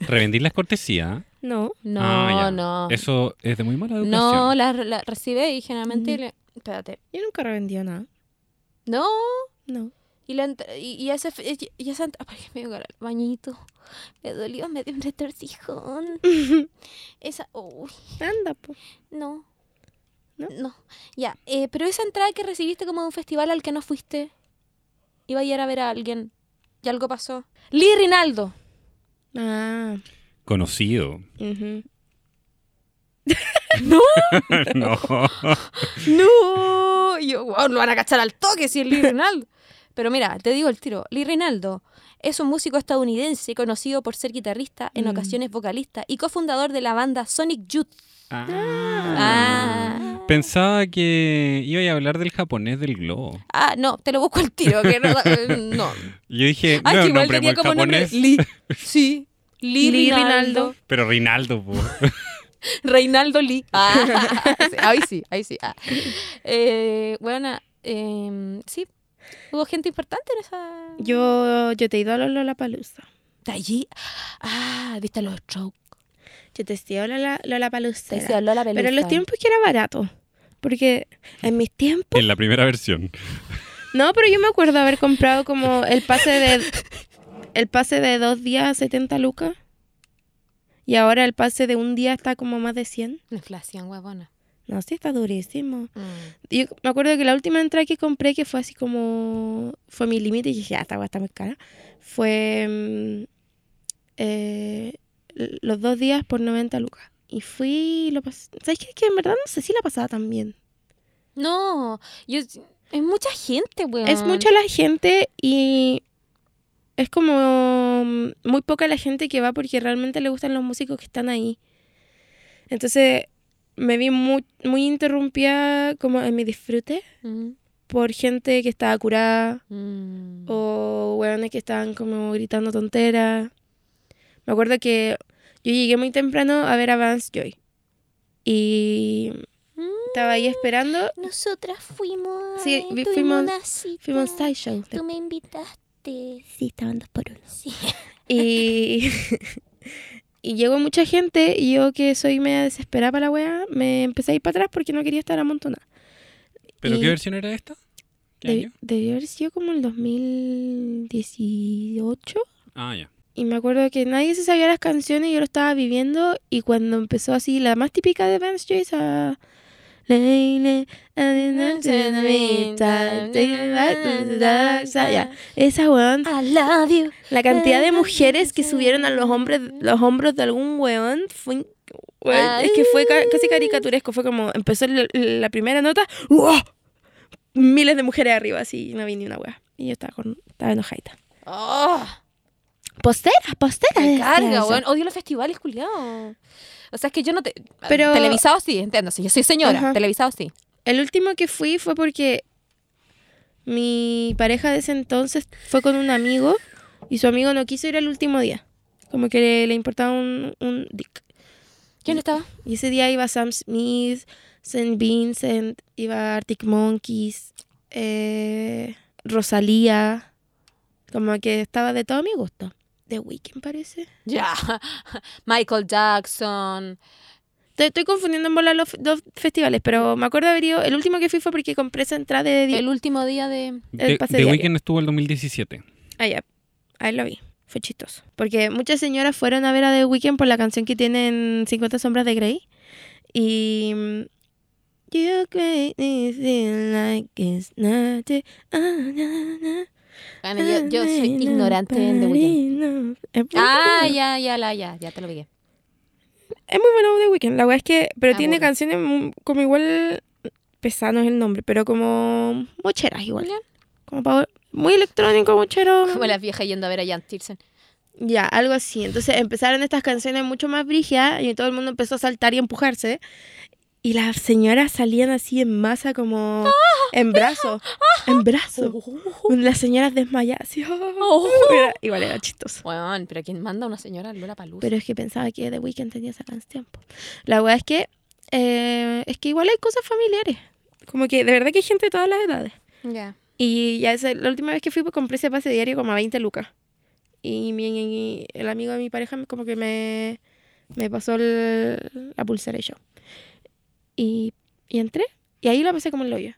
Speaker 3: Revendí las cortesías.
Speaker 2: No.
Speaker 1: No,
Speaker 3: Ah, ya.
Speaker 1: no.
Speaker 3: Eso es de muy mala educación.
Speaker 1: no, las las recibe y generalmente
Speaker 2: Mm.
Speaker 1: le- Espérate.
Speaker 2: Yo nunca revendí nada.
Speaker 1: No,
Speaker 2: No. (laughs)
Speaker 1: Y, la entra- y, y ese, f- y- y esa entra- ay, me dio el bañito. Me dolió, me dio un retorcijón. Esa, uy,
Speaker 2: Anda, po.
Speaker 1: no.
Speaker 2: ¿No?
Speaker 1: Ya, eh, pero esa entrada que recibiste como de un festival al que no fuiste, iba a ir a ver a alguien y algo pasó. Lee Rinaldo.
Speaker 2: Ah.
Speaker 1: (laughs)
Speaker 3: Conocido.
Speaker 2: ujú.
Speaker 3: no.
Speaker 1: ¡No! Y yo, wow, lo van a cachar al toque si es Lee Rinaldo. Pero mira, te digo el tiro. Lee Rinaldo es un músico estadounidense conocido por ser guitarrista, en
Speaker 2: Mm.
Speaker 1: ocasiones vocalista y cofundador de la banda Sonic Youth.
Speaker 3: Ah.
Speaker 1: Ah.
Speaker 3: Pensaba que iba a hablar del japonés del globo.
Speaker 1: Ah, no, te lo busco al tiro. Que no, no.
Speaker 3: Yo dije,
Speaker 1: Ay, Ah,
Speaker 3: no,
Speaker 1: que
Speaker 3: no,
Speaker 1: igual
Speaker 3: pero
Speaker 1: tenía
Speaker 3: el
Speaker 1: como nombre.
Speaker 3: japonés.
Speaker 1: Lee. Sí. Lee,
Speaker 2: Lee
Speaker 1: Rinaldo.
Speaker 2: Rinaldo.
Speaker 3: Pero Rinaldo, po.
Speaker 1: Reinaldo Lee.
Speaker 2: (laughs)
Speaker 1: Ah, sí, ahí sí, ahí sí. ah. Eh, bueno, eh, sí. Hubo gente importante en esa.
Speaker 2: Yo, yo te he ido a los Lollapalooza.
Speaker 1: De allí. Ah, viste los shows.
Speaker 2: Yo te he ido a Lola- Lollapalooza.
Speaker 1: Se habló la pelusa.
Speaker 2: Pero en los tiempos que era barato. Porque en mis tiempos...
Speaker 3: En la primera versión.
Speaker 2: No, pero yo me acuerdo haber comprado como el pase de... El pase de dos días a 70 lucas. Y ahora el pase de un día está como más de 100.
Speaker 1: La inflación, huevona.
Speaker 2: No, sí, está durísimo.
Speaker 1: Mm.
Speaker 2: Yo me acuerdo que la última entrada que compré, que fue así como. Fue mi límite, y dije, ya, esta guay está muy cara. Fue. mm, eh, l- los dos días por 90 lucas. Y fui. y Lo pas- ¿Sabes qué? Que en verdad no sé si la pasaba tan bien.
Speaker 1: No, yo, es mucha gente, weón.
Speaker 2: Es mucha la gente y. Es como. mm, Muy poca la gente que va porque realmente le gustan los músicos que están ahí. Entonces. Me vi muy, muy interrumpida como en mi disfrute
Speaker 1: Mm,
Speaker 2: por gente que estaba curada.
Speaker 1: mm.
Speaker 2: Oh. o hueones que estaban como gritando tonteras. Me acuerdo que yo llegué muy temprano a ver a Vance Joy y
Speaker 1: Mm.
Speaker 2: estaba ahí esperando.
Speaker 1: Nosotras fuimos.
Speaker 2: Sí,
Speaker 1: ahí,
Speaker 2: vi-
Speaker 1: tuvimos
Speaker 2: fuimos-
Speaker 1: una cita.
Speaker 2: Fuimos a Sideshow.
Speaker 1: Tú me invitaste.
Speaker 2: Sí, estaban dos por uno.
Speaker 1: Sí.
Speaker 2: Y, (laughs) y llegó mucha gente y yo que soy media desesperada para la wea, me empecé a ir para atrás porque no quería estar amontonada.
Speaker 3: ¿Pero
Speaker 2: Y
Speaker 3: qué versión era esta? ¿Qué
Speaker 2: debi-
Speaker 3: año?
Speaker 2: debió haber sido como el 2018.
Speaker 3: Ah, ya.
Speaker 2: Y me acuerdo que nadie se sabía las canciones, yo lo estaba viviendo y cuando empezó así, la más típica de Vance ah, Joyce, a... Ya, Esa weón,
Speaker 1: I love you.
Speaker 2: la cantidad de mujeres que subieron a los hombres, los hombros de algún weón fue in- weón, es que fue ca- casi caricaturesco, fue como empezó la, la primera nota, ¡wow! miles de mujeres arriba así, y no vi ni una wea. Y yo estaba con, estaba enojadita.
Speaker 1: Oh,
Speaker 2: Postera, postera.
Speaker 1: me
Speaker 2: decía
Speaker 1: carga,
Speaker 2: ella.
Speaker 1: weón. Odio los festivales, culiao. O sea, es que yo no te.
Speaker 2: Pero-
Speaker 1: Televisado sí, entiendo. sí, yo soy señora.
Speaker 2: Ajá.
Speaker 1: Televisado sí.
Speaker 2: El último que fui fue porque mi pareja de ese entonces fue con un amigo Y su amigo no quiso ir al último día. Como que le, le importaba un, un dick.
Speaker 1: ¿Quién estaba?
Speaker 2: Y ese día iba Sam Smith, St. Vincent, iba Arctic Monkeys, eh, Rosalía. Como que estaba de todo mi gusto. The Weeknd parece.
Speaker 1: Ya. (laughs) Michael Jackson.
Speaker 2: Te estoy confundiendo en bola los dos festivales, pero me acuerdo haber ido. El último que fui fue porque compré esa entrada de. di-
Speaker 1: El último día de.
Speaker 2: El
Speaker 3: The,
Speaker 2: pase
Speaker 3: The
Speaker 2: diario.
Speaker 3: Weeknd estuvo el 2017.
Speaker 2: Allá. Ah, Ahí lo vi. Fue chistoso. Porque muchas señoras fueron a ver a The Weeknd por la canción que tienen 50 sombras de Grey. Y... mm, You make me feel like it's not the- ah, na, na, ah,
Speaker 1: Bueno, yo, yo soy
Speaker 2: na,
Speaker 1: ignorante en The Weeknd.
Speaker 2: nobody knows. Es muy
Speaker 1: Ah,
Speaker 2: bueno.
Speaker 1: ya, ya, la, ya, ya te lo piqué.
Speaker 2: Es muy bueno The Weeknd. La verdad es que... Pero
Speaker 1: Ah,
Speaker 2: tiene
Speaker 1: bueno.
Speaker 2: canciones mu- como igual... Pesano es el nombre, pero como... Mocheras igual.
Speaker 1: Ya.
Speaker 2: Como pa- Muy electrónico, mochero.
Speaker 1: Como las viejas yendo a ver a Jan Tilsen.
Speaker 2: Ya, algo así. Entonces empezaron estas canciones mucho más brígidas y todo el mundo empezó a saltar y empujarse. Y las señoras salían así en masa, como en brazos. En brazos. Las señoras desmayadas. así,
Speaker 1: (laughs) Oh.
Speaker 2: Era- igual era chistoso.
Speaker 1: Bueno, pero ¿quién manda a una señora Lola Palusa?
Speaker 2: Pero es que pensaba que The Weeknd tenía esa canción. po. La verdad es que. eh, es que igual hay cosas familiares. Como que de verdad que hay gente de todas las edades.
Speaker 1: Ya.
Speaker 2: Y ya esa, la última vez que fui pues, compré ese pase diario como a 20 lucas. Y, mi, y el amigo de mi pareja me- como que me, me pasó el- la pulsera y yo. Y, y entré. Y ahí la pasé como el hoyo.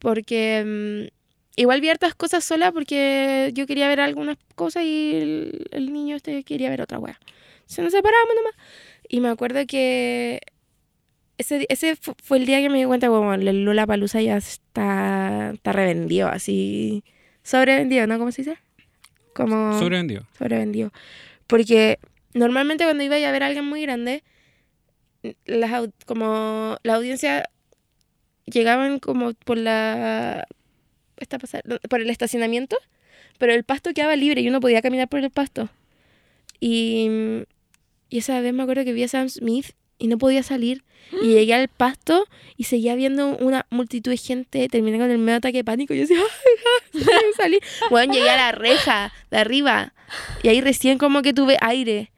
Speaker 2: Porque mm, igual vi hartas cosas sola porque yo quería ver algunas cosas y el, el niño este quería ver otra wea. Se nos separamos nomás. Y me acuerdo que ese, ese fu- fue el día que me di cuenta, como el Lola Palusa ya está, está revendido, así. Sobrevendido, ¿no? ¿Cómo se dice? Como
Speaker 3: Sobrevendido.
Speaker 2: sobrevendido. Porque normalmente cuando iba a ver a alguien muy grande, las, au- como la audiencia llegaban como por la esta pasada- por el estacionamiento, pero el pasto quedaba libre y uno podía caminar por el pasto. Y, y esa vez me acuerdo que vi a Sam Smith y no podía salir.
Speaker 1: (gasps)
Speaker 2: Y llegué al pasto y seguía viendo una multitud de gente. Terminé con el medio ataque de pánico. Y yo decía, ¡ay, ay, ay,
Speaker 1: (laughs)
Speaker 2: salí! Bueno, llegué a la reja de arriba. Y ahí recién como que tuve aire.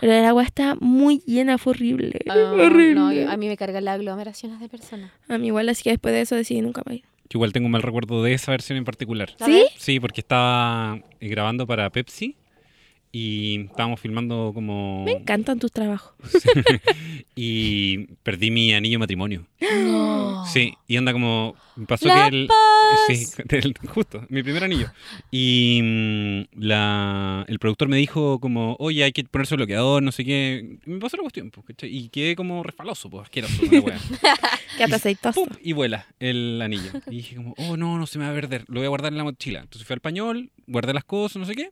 Speaker 2: Pero el agua está muy llena, fue horrible.
Speaker 1: Ah,
Speaker 2: horrible.
Speaker 1: no, yo-
Speaker 2: a,
Speaker 1: a
Speaker 2: mí...
Speaker 1: mí me cargan las aglomeraciones de personas.
Speaker 2: igual, así que después de eso decidí nunca más ir.
Speaker 3: Yo igual tengo un mal recuerdo de esa versión en particular.
Speaker 1: A
Speaker 2: ¿Sí?
Speaker 1: ver.
Speaker 3: Sí, porque estaba eh, grabando para Pepsi y estábamos filmando como...
Speaker 2: Me encantan tus trabajos.
Speaker 3: Y perdí mi anillo de matrimonio.
Speaker 2: Ah.
Speaker 1: No.
Speaker 3: Sí, y anda como... Pasó
Speaker 1: La
Speaker 3: que el... Sí, (laughs) del- justo, mi primer anillo. Y mm, la, el productor me dijo como, oye, hay que ponerse bloqueador, no sé qué. Me pasó la cuestión, pues, ¿cachai? y quedé como resfaloso, pues,
Speaker 2: (laughs)
Speaker 3: asqueroso, una wea.
Speaker 2: Que hasta aceitoso.
Speaker 3: ¡Pum! Y vuela el
Speaker 1: (laughs)
Speaker 3: anillo. Y dije como, oh no, no se me va a perder, lo voy a guardar en la mochila. Entonces fui al pañol, guardé las cosas, no sé qué.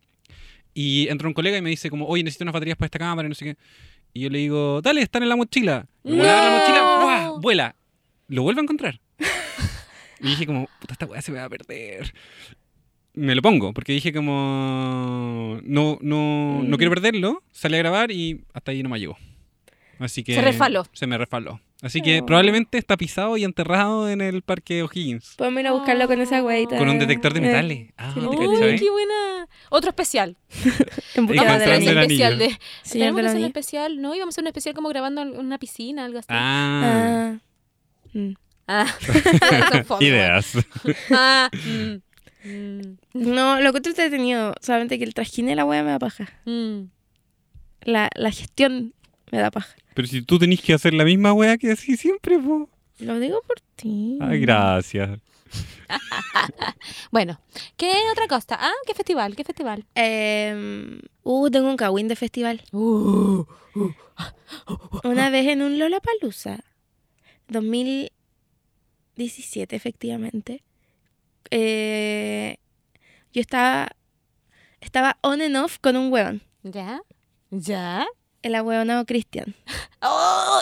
Speaker 3: Y entra un colega y me dice como, oye, necesito unas baterías para esta cámara, no sé qué. Y yo le digo, dale, están en la mochila. Y vuela la
Speaker 1: ¡No!
Speaker 3: mochila, ¡guau! vuela. Lo vuelvo
Speaker 1: (laughs)
Speaker 3: a encontrar. Y dije como, puta, esta weá se me va a perder. Me lo pongo, porque dije como, no, no, no
Speaker 2: Mm.
Speaker 3: quiero perderlo. Salí a grabar y hasta ahí no me llegó. Así que...
Speaker 1: Se resfaló.
Speaker 3: Se me resfaló. Así que
Speaker 2: Oh.
Speaker 3: probablemente está pisado y enterrado en el parque O'Higgins.
Speaker 2: Podemos ir a buscarlo con esa güeyita.
Speaker 3: Con un detector de
Speaker 2: Eh,
Speaker 3: metales. Ah,
Speaker 2: sí,
Speaker 3: ¿te
Speaker 2: lo
Speaker 1: Uy,
Speaker 3: cachai?
Speaker 1: qué buena. Otro especial.
Speaker 2: En
Speaker 3: Y
Speaker 2: búsqueda
Speaker 1: Vamos a
Speaker 2: del
Speaker 1: hacer
Speaker 3: encontrando
Speaker 1: un
Speaker 2: anillo.
Speaker 3: el
Speaker 1: especial
Speaker 3: anillo.
Speaker 1: de. Tenemos
Speaker 2: Señor
Speaker 1: que
Speaker 2: del
Speaker 1: hacer un
Speaker 2: anillo.
Speaker 1: especial. No, íbamos a hacer un especial como grabando en una piscina, algo así.
Speaker 3: Ah.
Speaker 2: Ah. Mm.
Speaker 3: (laughs)
Speaker 1: Ah. Eso fue,
Speaker 3: Ideas.
Speaker 1: Ah, mm, mm,
Speaker 2: No, lo que tú te has tenido, solamente que el trajín de la wea me da paja.
Speaker 1: mm.
Speaker 2: La, la gestión me da paja.
Speaker 3: Pero si tú tenés que hacer la misma wea que así siempre, po.
Speaker 2: Lo digo por ti.
Speaker 3: Ay, gracias.
Speaker 1: Bueno, ¿qué otra cosa? Ah, ¿qué festival? ¿Qué festival?
Speaker 2: Em, uh, tengo un cagüín de festival.
Speaker 1: Uh.
Speaker 2: Una vez en un Lollapalooza, 2017 efectivamente, eh, yo estaba, estaba on and off con un hueón,
Speaker 1: ¿Ya? ¿Ya?
Speaker 2: el ahueonado Cristian.
Speaker 1: Oh.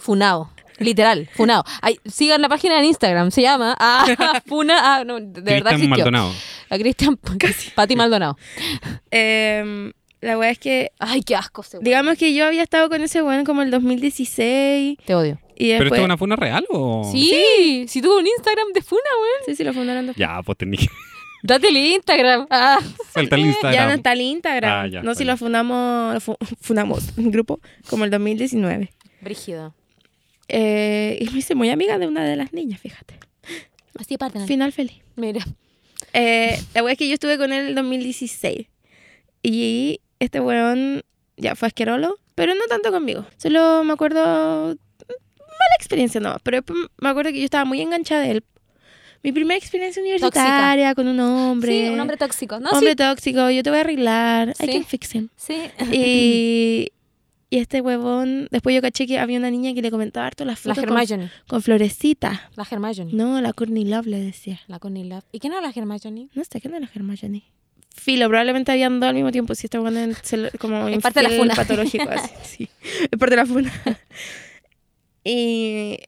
Speaker 1: Funao. Literal, Funao. Ay, sigan la página en Instagram, se llama ah, (laughs) Funa, ah, no, de verdad
Speaker 3: Cristian
Speaker 1: existió.
Speaker 3: Maldonado.
Speaker 1: A Cristian (laughs) Pati Maldonado.
Speaker 2: Em, la wea es que,
Speaker 1: Ay, qué asco se
Speaker 2: digamos que yo había estado con ese hueón como el 2016
Speaker 1: Te odio.
Speaker 2: y
Speaker 3: ¿Pero esto
Speaker 2: después...
Speaker 3: es una funa real o...?
Speaker 1: Sí, si tuvo un Instagram de Funa, güey.
Speaker 2: Sí, sí, lo fundaron dos-
Speaker 3: Ya, pues tenés que...
Speaker 1: Date el Instagram. Ah,
Speaker 3: Falta el Instagram.
Speaker 2: Eh, Ya no está el Instagram.
Speaker 3: Ah, ya,
Speaker 2: no si
Speaker 3: está
Speaker 2: lo fundamos, lo fu- fundamos un grupo como el 2019.
Speaker 1: brígido.
Speaker 2: Eh, y me hice muy amiga de una de las niñas, fíjate.
Speaker 1: Así parten.
Speaker 2: Final feliz.
Speaker 1: Mira.
Speaker 2: Eh, la wea es que yo estuve con él en el 2016. Y este weón ya fue asqueroso, pero no tanto conmigo. Solo me acuerdo. Mala experiencia, no. Pero después me acuerdo que yo estaba muy enganchada de él. Mi primera experiencia universitaria con un hombre.
Speaker 1: Sí, un hombre tóxico. No,
Speaker 2: hombre tóxico, yo te voy a arreglar. I
Speaker 1: Sí.
Speaker 2: can
Speaker 1: (laughs)
Speaker 2: fix him.
Speaker 1: sí. Sí.
Speaker 2: Y, y este huevón. Después yo caché que había una niña que le comentaba harto
Speaker 1: (laughs)
Speaker 2: las
Speaker 1: La
Speaker 2: fotos con,
Speaker 1: Hermione.
Speaker 2: con florecita.
Speaker 1: La Hermione.
Speaker 2: No, la Courtney Love le decía.
Speaker 1: La Connie Love. ¿Y quién era la Hermione?
Speaker 2: No sé, ¿qué no era Hermione? Filo, probablemente habían dos al mismo tiempo. Si este esta buena se lo- (laughs) como
Speaker 1: Es parte de la
Speaker 2: infiel
Speaker 1: funa.
Speaker 2: patológico, (laughs) así, sí. Es parte de la funa. (laughs) Y,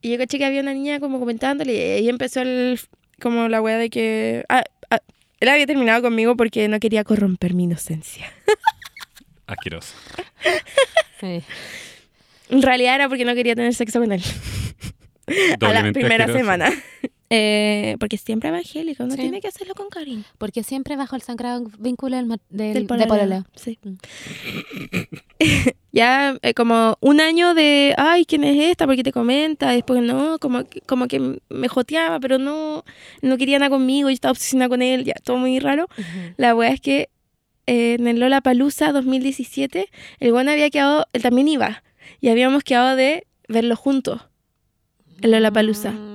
Speaker 2: y yo caché que había una niña como comentándole y ahí empezó el, como la wea de que... ah, ah, él había terminado conmigo porque no quería corromper mi inocencia.
Speaker 3: Asqueroso.
Speaker 1: Sí.
Speaker 2: En realidad era porque no quería tener sexo con él. a la
Speaker 3: Doblemente
Speaker 2: primera
Speaker 3: asqueroso.
Speaker 2: semana. (laughs) Eh, porque siempre evangélico, uno
Speaker 1: Sí.
Speaker 2: tiene que hacerlo con cariño.
Speaker 1: Porque siempre bajo el sangrado vínculo del, ma- del,
Speaker 2: del
Speaker 1: de
Speaker 2: pololeo.
Speaker 1: pololeo.
Speaker 2: Sí.
Speaker 1: Mm.
Speaker 2: (laughs) ya eh, como un año de, ay, ¿quién es esta? ¿Por qué te comenta? Después no, como, que- como que me joteaba, pero no, no quería nada conmigo, yo estaba obsesionada con él, ya, todo muy raro.
Speaker 1: Ujú.
Speaker 2: La wea es que eh, en el Lola Palusa 2017, el guan había quedado, él también iba, y habíamos quedado de verlo juntos. El Lollapalooza.
Speaker 1: Mm.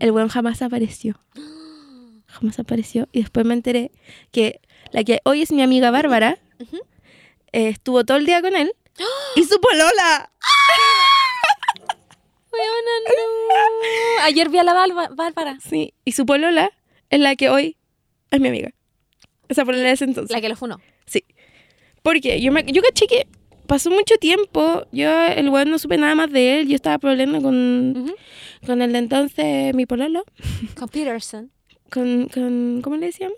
Speaker 2: El buen jamás apareció. Jamás apareció. Y después me enteré que la que hoy es mi amiga Bárbara
Speaker 1: Ujú.
Speaker 2: eh, estuvo todo el día con él y su polola.
Speaker 1: Weona, no. Ayer vi a la Balba- Bárbara.
Speaker 2: Sí, y su polola es la que hoy es mi amiga. Esa polola de ese entonces.
Speaker 1: La que lo funó.
Speaker 2: Porque yo, me, yo caché que pasó mucho tiempo. Yo, el weón, no supe nada más de él. Yo estaba problemando con,
Speaker 1: Ujú.
Speaker 2: con el de entonces, mi pololo.
Speaker 1: Con Peterson.
Speaker 2: Con, con, ¿Cómo le decían?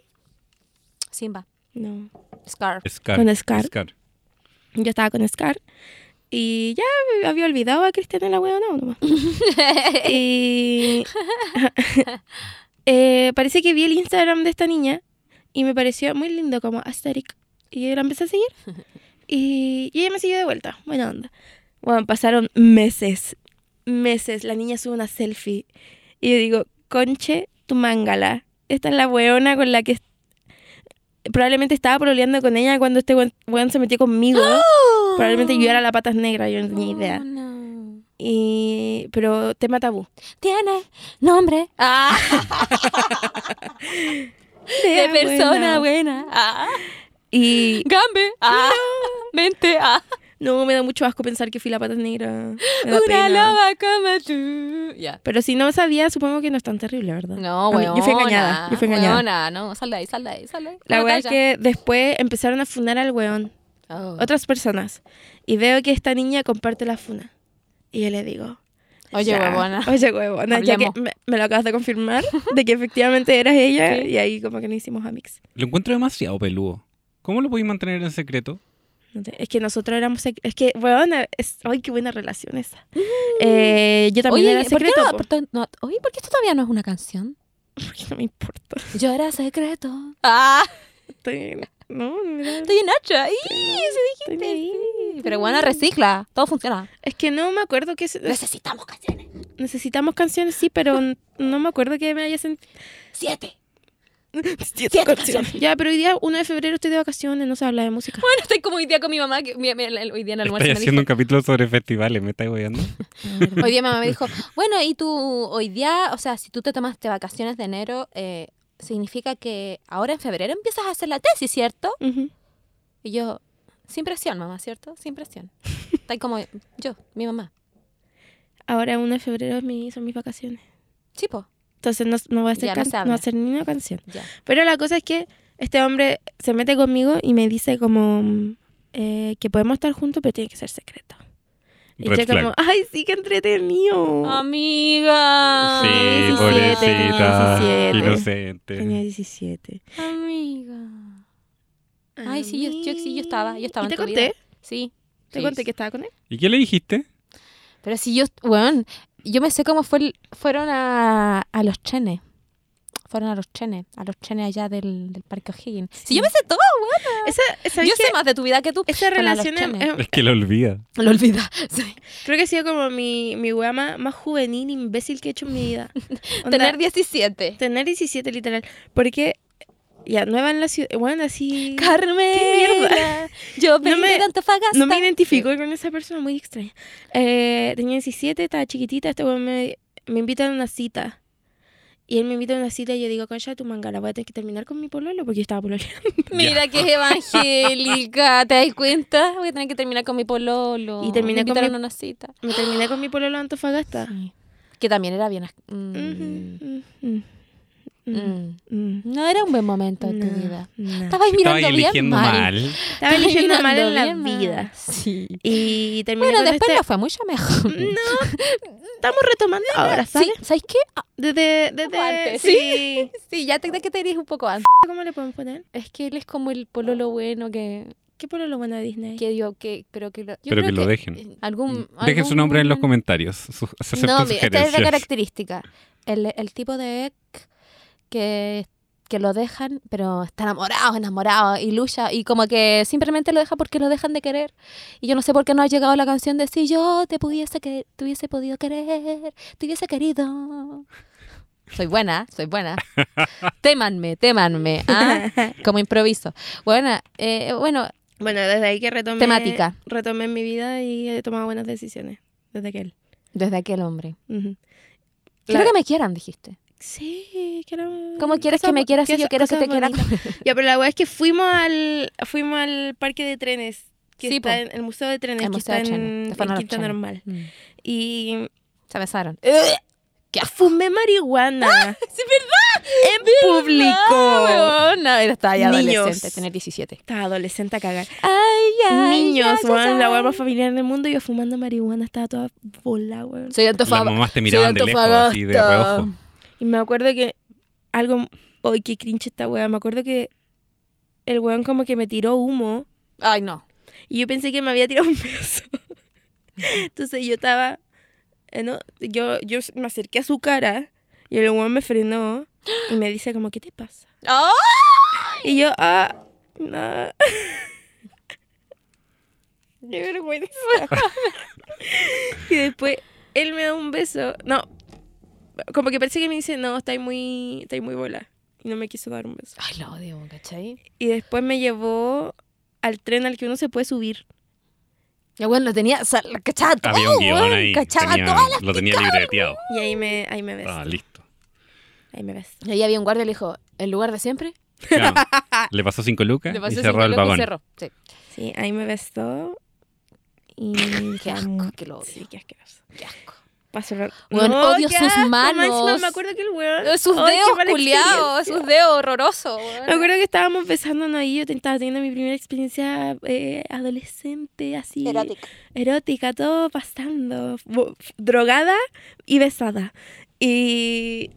Speaker 1: Simba.
Speaker 2: No.
Speaker 1: Scarf.
Speaker 3: Scar.
Speaker 2: Con Scar.
Speaker 3: Scar.
Speaker 2: Yo estaba con Scar. Y ya había olvidado a Cristian en la hueá, no, nomás. y. (laughs) Eh, parece que vi el Instagram de esta niña y me pareció muy lindo como Asterix. Y yo la empecé a seguir. Y, y ella me siguió de vuelta. Buena onda. Bueno, pasaron meses. Meses. La niña sube una selfie. Y yo digo, conche tu mangala. Esta es la weona con la que est- probablemente estaba proleando con ella cuando este weón, weón se metió conmigo. (laughs) Probablemente yo
Speaker 1: Ah. (laughs)
Speaker 2: era la patas negra, yo no tenía idea.
Speaker 1: Weona.
Speaker 2: Y, pero tema tabú.
Speaker 1: Tiene nombre
Speaker 2: (laughs)
Speaker 1: ah, de
Speaker 2: Tema
Speaker 1: persona
Speaker 2: buena.
Speaker 1: buena. Ah,
Speaker 2: Y
Speaker 1: gambe. Ah, mente. Ah,
Speaker 2: no, me da mucho asco pensar que fui la patas negra. Me da
Speaker 1: una
Speaker 2: pena.
Speaker 1: loba como tú. Ya.
Speaker 2: Pero si no sabía, supongo que no es tan terrible, ¿verdad?
Speaker 1: No,
Speaker 2: A mí-
Speaker 1: weona.
Speaker 2: Yo fui engañada. Yo fui engañada.
Speaker 1: Weona, no, sal de ahí, sal de ahí, sal de ahí.
Speaker 2: La
Speaker 1: No,
Speaker 2: weá es
Speaker 1: calla.
Speaker 2: que después empezaron a funar al weón.
Speaker 1: Oh.
Speaker 2: Otras personas. Y veo que esta niña comparte la funa. Y yo le digo.
Speaker 1: Oye,
Speaker 2: ya,
Speaker 1: huevona.
Speaker 2: Oye, huevona. Ya que
Speaker 1: Hablemos.
Speaker 2: me, me lo acabas de confirmar de que efectivamente eras ella.
Speaker 1: Sí.
Speaker 2: Y ahí como que no hicimos amix.
Speaker 3: Lo encuentro demasiado peludo. ¿Cómo lo podéis mantener en secreto?
Speaker 2: No te- Es que nosotros éramos. sec- Es que, huevona. es- Ay, qué buena relación esa. Eh, yo también
Speaker 1: Oye,
Speaker 2: era
Speaker 1: ¿por qué
Speaker 2: secreto.
Speaker 1: no-
Speaker 2: po. (laughs)
Speaker 1: por qué no- oye, ¿por qué esto todavía no es una canción?
Speaker 2: Porque no me importa.
Speaker 1: Yo era secreto. Ah, (laughs)
Speaker 2: Estoy- no, no me da-
Speaker 1: estoy en hacha. Ih, sí
Speaker 2: estoy
Speaker 1: dijiste,
Speaker 2: ahí,
Speaker 1: sí.
Speaker 2: estoy
Speaker 1: Pero bueno,
Speaker 2: ahí.
Speaker 1: recicla. Todo funciona.
Speaker 2: Es que no me acuerdo que.
Speaker 1: Necesitamos canciones.
Speaker 2: Necesitamos canciones, sí, pero n- no me acuerdo que me haya sentido. (laughs)
Speaker 1: Siete.
Speaker 2: Siete
Speaker 1: Siete
Speaker 2: canciones. Ya, pero hoy día, 1 de febrero, estoy de vacaciones, no se habla de música.
Speaker 1: Bueno, estoy como hoy día con mi mamá. Que, mi- mi- el- hoy día en el almuerzo
Speaker 3: Estáis
Speaker 1: me
Speaker 3: haciendo
Speaker 1: dijo.
Speaker 3: un capítulo sobre festivales, me estáis guiando.
Speaker 1: Hoy día mi mamá me dijo, bueno, y tú hoy día, o sea, si tú te tomaste vacaciones de enero, eh, significa que ahora en febrero empiezas a hacer la tesis, ¿cierto?
Speaker 2: Ujú.
Speaker 1: Y yo, sin presión, mamá, ¿cierto? Sin presión. Tal como yo, mi mamá.
Speaker 2: Ahora, 1 de febrero es mi- son mis vacaciones.
Speaker 1: Chipo,
Speaker 2: Entonces, no, no voy a hacer,
Speaker 1: Ya no
Speaker 2: can-
Speaker 1: se habla.
Speaker 2: no voy a hacer ni una canción.
Speaker 1: ya.
Speaker 2: Pero la cosa es que este hombre se mete conmigo y me dice, como, mm, eh, que podemos estar juntos, pero tiene que ser secreto. Y
Speaker 3: Red
Speaker 2: yo,
Speaker 3: flag.
Speaker 2: como, ay, sí, que entretenido.
Speaker 1: Ah. Amiga.
Speaker 3: Sí,
Speaker 2: 17,
Speaker 3: pobrecita.
Speaker 2: 17. Tenía
Speaker 3: Inocente.
Speaker 2: 17.
Speaker 1: Amiga. Ay, sí, yo- yo- sí, yo estaba, yo estaba
Speaker 2: ¿Y
Speaker 1: en
Speaker 2: te
Speaker 1: tu
Speaker 2: conté?
Speaker 1: vida. Sí.
Speaker 2: ¿Te
Speaker 1: sí,
Speaker 2: conté
Speaker 1: sí.
Speaker 2: que estaba con él?
Speaker 3: ¿Y qué le dijiste?
Speaker 1: Pero si yo, weón, yo me sé cómo fue el- fueron a, a los trenes. Fueron a los trenes, a los trenes allá del, del Parque O'Higgins. Si
Speaker 2: Sí.
Speaker 1: yo me sé todo, weón.
Speaker 2: Esa, ¿sabéis
Speaker 1: Ah. Yo
Speaker 2: qué?
Speaker 1: sé más de tu vida que tú.
Speaker 2: Esa
Speaker 1: Fueron a los
Speaker 2: relación es-
Speaker 1: trenes.
Speaker 2: es-
Speaker 3: Es que lo olvida.
Speaker 1: Lo olvida. Sí.
Speaker 2: creo que ha sido como mi, mi weá más, más juvenil, imbécil que he hecho en mi
Speaker 1: (laughs)
Speaker 2: vida. Onda,
Speaker 1: Tener 17.
Speaker 2: tener 17 literal. Porque ya, nueva en la ciudad, bueno, así...
Speaker 1: Carmen. Yo
Speaker 2: No
Speaker 1: vengo
Speaker 2: me-
Speaker 1: de Antofagasta.
Speaker 2: No me identifico con esa persona muy extraña. Eh, tenía 17, estaba chiquitita, este weón me, me invita a una cita. Y él me invita a una cita y yo digo, concha de tu manga, la voy a tener que terminar con mi pololo (laughs) porque yo estaba pololeando.
Speaker 1: Mira que es (laughs) evangélica, ¿te das cuenta? Voy a tener que terminar con mi pololo.
Speaker 2: Y terminé
Speaker 1: Me
Speaker 2: con
Speaker 1: invitaron
Speaker 2: mi-
Speaker 1: a una cita.
Speaker 2: Me terminé con mi pololo de Antofagasta.
Speaker 1: Sí. Que también era bien... as- mm,
Speaker 2: Ujú, mm, mm,
Speaker 1: mm.
Speaker 2: mm.
Speaker 1: No era un buen momento de tu
Speaker 2: No,
Speaker 1: vida.
Speaker 2: no.
Speaker 1: (laughs)
Speaker 2: Estaba,
Speaker 1: Estabas (laughs) mirando
Speaker 3: Estaba
Speaker 1: bien
Speaker 3: eligiendo
Speaker 1: mal.
Speaker 3: mal.
Speaker 1: Estabas
Speaker 2: eligiendo mal en
Speaker 1: mirando
Speaker 2: la
Speaker 1: bien mal.
Speaker 2: vida.
Speaker 1: Sí.
Speaker 2: Y terminé
Speaker 1: Bueno,
Speaker 2: con
Speaker 1: después
Speaker 2: este...
Speaker 1: no fue mucho mejor.
Speaker 2: No,
Speaker 1: (laughs)
Speaker 2: estamos retomando ahora, ¿sabes?
Speaker 1: Mm. Sí, ¿sabes qué? Ah,
Speaker 2: Desde, desde,
Speaker 1: Como antes.
Speaker 2: sí.
Speaker 1: sí, ya te que te diría un poco antes.
Speaker 2: ¿Cómo le podemos poner?
Speaker 1: Es que él es como el pololo bueno que,
Speaker 2: ¿Qué pololo bueno de Disney?
Speaker 1: que dio, que, pero que lo, yo
Speaker 3: Pero
Speaker 1: creo
Speaker 3: que lo dejen.
Speaker 1: eh, Algún,
Speaker 3: Dejen su nombre en los
Speaker 1: algún-
Speaker 3: comentarios. Su- se
Speaker 1: No,
Speaker 3: aceptan
Speaker 1: mira, esta es la
Speaker 3: sugerencias.
Speaker 1: característica. El, el tipo de ex que, que lo dejan, pero está enamorado, enamorado, y lucha, y como que simplemente lo deja porque lo dejan de querer. Y yo no sé por qué no ha llegado la canción de si yo te pudiese que te hubiese podido querer, te hubiese querido. Soy buena, soy buena. Témanme, témanme. ¿ah? Como improviso. Bueno, eh, bueno,
Speaker 2: Bueno, desde ahí que retomé.
Speaker 1: Temática.
Speaker 2: Retomé mi vida y he tomado buenas decisiones. Desde aquel.
Speaker 1: desde aquel hombre.
Speaker 2: Ujú.
Speaker 1: Quiero
Speaker 2: La- Mm,
Speaker 1: que me quieran, dijiste.
Speaker 2: Sí, quiero.
Speaker 1: ¿Cómo quieres que me quieras si yo quiero que te quiera?
Speaker 2: quieras Ya, pero la weá es que fuimos al, fuimos al parque de trenes. Que
Speaker 1: Sí, po.
Speaker 2: está en el Museo de Trenes,
Speaker 1: El
Speaker 2: que
Speaker 1: Museo de
Speaker 2: está en,
Speaker 1: Trenes, de
Speaker 2: en
Speaker 1: Fernando
Speaker 2: Quinta
Speaker 1: Trenes.
Speaker 2: Normal.
Speaker 1: Mm.
Speaker 2: Y
Speaker 1: Se besaron.
Speaker 2: que fumé marihuana
Speaker 1: ¡Sí, verdad!
Speaker 2: en público.
Speaker 1: era, estaba ya
Speaker 2: Niños.
Speaker 1: adolescente, tener 17.
Speaker 2: Estaba adolescente a cagar.
Speaker 1: Ay,
Speaker 2: Niños, weón, la weá más familiar del mundo. Yo fumando marihuana, estaba toda volada, weón.
Speaker 1: Soy de
Speaker 3: Las
Speaker 1: Antofagasta.
Speaker 3: mamás te
Speaker 1: soy
Speaker 3: miraban de lejos, así de
Speaker 1: Antofagasta.
Speaker 3: reojo.
Speaker 2: Y me acuerdo que algo. ¡Ay, qué cringe esta weá! Me acuerdo que el weón como que me tiró humo
Speaker 1: Ay, no.
Speaker 2: y yo pensé que me había tirado un beso. (laughs) Entonces yo estaba. eh, no, yo, yo me acerqué a su cara y el weón me frenó y me dice, como, ¿qué te pasa?
Speaker 1: ¡Oh!
Speaker 2: Y yo, ah, no. (laughs) Qué vergüenza. (laughs) y después él me da un beso. No. Como que parece que me dice, no, estáis muy, estáis muy bola. Y no me quiso dar un beso.
Speaker 1: Ay, lo odio, ¿cachai?
Speaker 2: Y después me llevó al tren al que uno se puede subir.
Speaker 1: Ya, bueno, lo tenía, o sea, lo cachaba todo,
Speaker 3: Había un guión
Speaker 1: weón,
Speaker 3: ahí.
Speaker 1: Cachaba
Speaker 3: tenía-
Speaker 1: todas las
Speaker 3: lo tenía libreteado.
Speaker 2: Y ahí me, ahí me besó.
Speaker 1: (laughs)
Speaker 3: Ah, listo.
Speaker 2: Ahí me besó.
Speaker 1: Y ahí había un guardia y le dijo, ¿el lugar de siempre?
Speaker 3: Ya. Le pasó cinco lucas
Speaker 1: Le
Speaker 3: y
Speaker 1: pasó
Speaker 3: cerró
Speaker 1: cinco
Speaker 3: el
Speaker 1: locos y
Speaker 3: vagón.
Speaker 1: cerró. Sí.
Speaker 2: Sí, ahí me besó. Y
Speaker 1: (laughs) Qué asco, que lo odio.
Speaker 2: Sí, qué asqueroso.
Speaker 1: Qué asco.
Speaker 2: Pasó lo-
Speaker 1: Weón, odio
Speaker 2: qué
Speaker 1: sus
Speaker 2: asco, más encima
Speaker 1: manos.
Speaker 2: Me acuerdo que el weón.
Speaker 1: Sus
Speaker 2: Ay, qué
Speaker 1: dedos
Speaker 2: mala
Speaker 1: culiados,
Speaker 2: experiencia.
Speaker 1: sus dedos horrorosos. weón.
Speaker 2: Me acuerdo que estábamos besándonos ahí, yo te- estaba teniendo mi primera experiencia eh, adolescente, así.
Speaker 1: Erótica.
Speaker 2: erótica, todo pasando. bo- Drogada y besada. Y,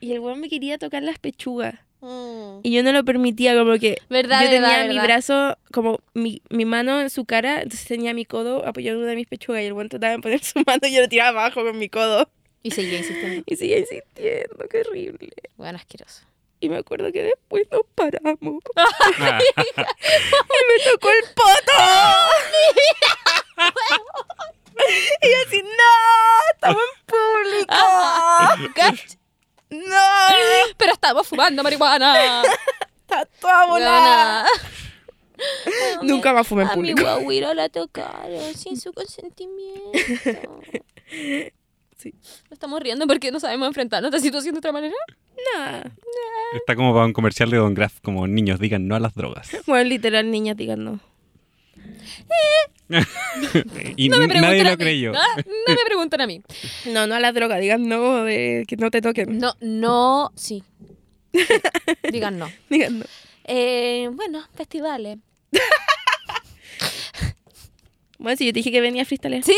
Speaker 2: y el weón me quería tocar las pechugas.
Speaker 1: Mm.
Speaker 2: Y yo no lo permitía, como que.
Speaker 1: ¿Verdad,
Speaker 2: yo tenía
Speaker 1: verdad,
Speaker 2: mi
Speaker 1: verdad.
Speaker 2: brazo, como mi, mi mano en su cara, entonces tenía mi codo apoyado en una de mis pechugas. Y el weón trataba de poner su mano y yo lo tiraba abajo con mi codo. (laughs)
Speaker 1: Y seguía insistiendo.
Speaker 2: Y seguía insistiendo, qué horrible.
Speaker 1: Bueno, asqueroso.
Speaker 2: Y me acuerdo que después nos (laughs) paramos.
Speaker 3: Ah,
Speaker 2: me tocó el poto. y yo así, no, estamos en público. (laughs)
Speaker 1: Cach-
Speaker 2: No,
Speaker 1: Pero estamos fumando marihuana.
Speaker 2: está toda volada.
Speaker 1: Buena.
Speaker 2: Nunca más fumé en
Speaker 1: A mi
Speaker 2: público. (laughs)
Speaker 1: guagüira la tocaron sin su consentimiento.
Speaker 2: Sí.
Speaker 1: Nos estamos riendo porque no sabemos enfrentarnos a esta situación de otra manera.
Speaker 2: No.
Speaker 3: Está como para un comercial de Don Graff, como niños, digan no a las drogas.
Speaker 2: Bueno, literal, niñas, digan no.
Speaker 3: Y
Speaker 1: No me preguntan
Speaker 3: nadie
Speaker 1: a
Speaker 3: lo
Speaker 1: mí.
Speaker 3: creyó.
Speaker 1: Ah, No me preguntan a mí.
Speaker 2: No, no a la droga, digan no, de que no te toquen.
Speaker 1: No, no, sí. Digan
Speaker 2: (laughs)
Speaker 1: no.
Speaker 2: (laughs) Digan no.
Speaker 1: Eh, bueno, festivales.
Speaker 2: Bueno, si yo te dije que venía a freestylear.
Speaker 1: Sí,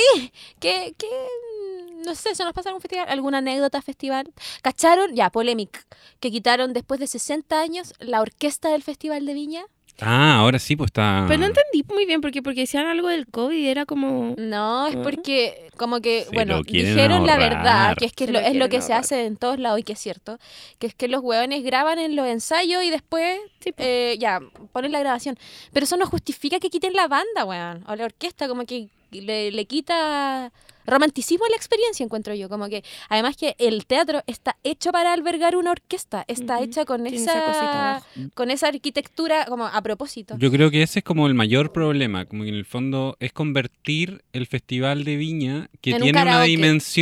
Speaker 1: que, que mm, no sé, se nos pasa algún festival, alguna anécdota festival. ¿Cacharon? Ya, polémica. Que quitaron después de 60 años la orquesta del Festival de Viña.
Speaker 3: Ah, ahora sí, pues está.
Speaker 2: Pero no entendí muy bien porque porque decían algo del COVID y era como
Speaker 1: No, es
Speaker 2: Ah.
Speaker 1: porque como que,
Speaker 3: Se
Speaker 1: bueno,
Speaker 3: lo quieren
Speaker 1: dijeron la verdad,
Speaker 3: ahorrar.
Speaker 1: que es que
Speaker 2: Se
Speaker 1: lo-
Speaker 2: lo
Speaker 1: es lo
Speaker 2: quieren
Speaker 1: que se
Speaker 2: ahorrar.
Speaker 1: hace en todos lados y que es cierto, que es que los hueones graban en los ensayos y después
Speaker 2: Sí, po.
Speaker 1: eh, ya ponen la grabación. Pero eso no justifica que quiten la banda, weón, o la orquesta, como que le, le quita romanticismo a la experiencia, encuentro yo. Como que, además que el teatro está hecho para albergar una orquesta, está
Speaker 2: Ujú,
Speaker 1: hecha con
Speaker 2: tiene
Speaker 1: esa,
Speaker 2: esa cosita abajo.
Speaker 1: con esa arquitectura como a propósito.
Speaker 3: Yo creo que ese es como el mayor problema, como que en el fondo es convertir el Festival de Viña, que
Speaker 1: En un
Speaker 3: tiene una
Speaker 1: karaoke.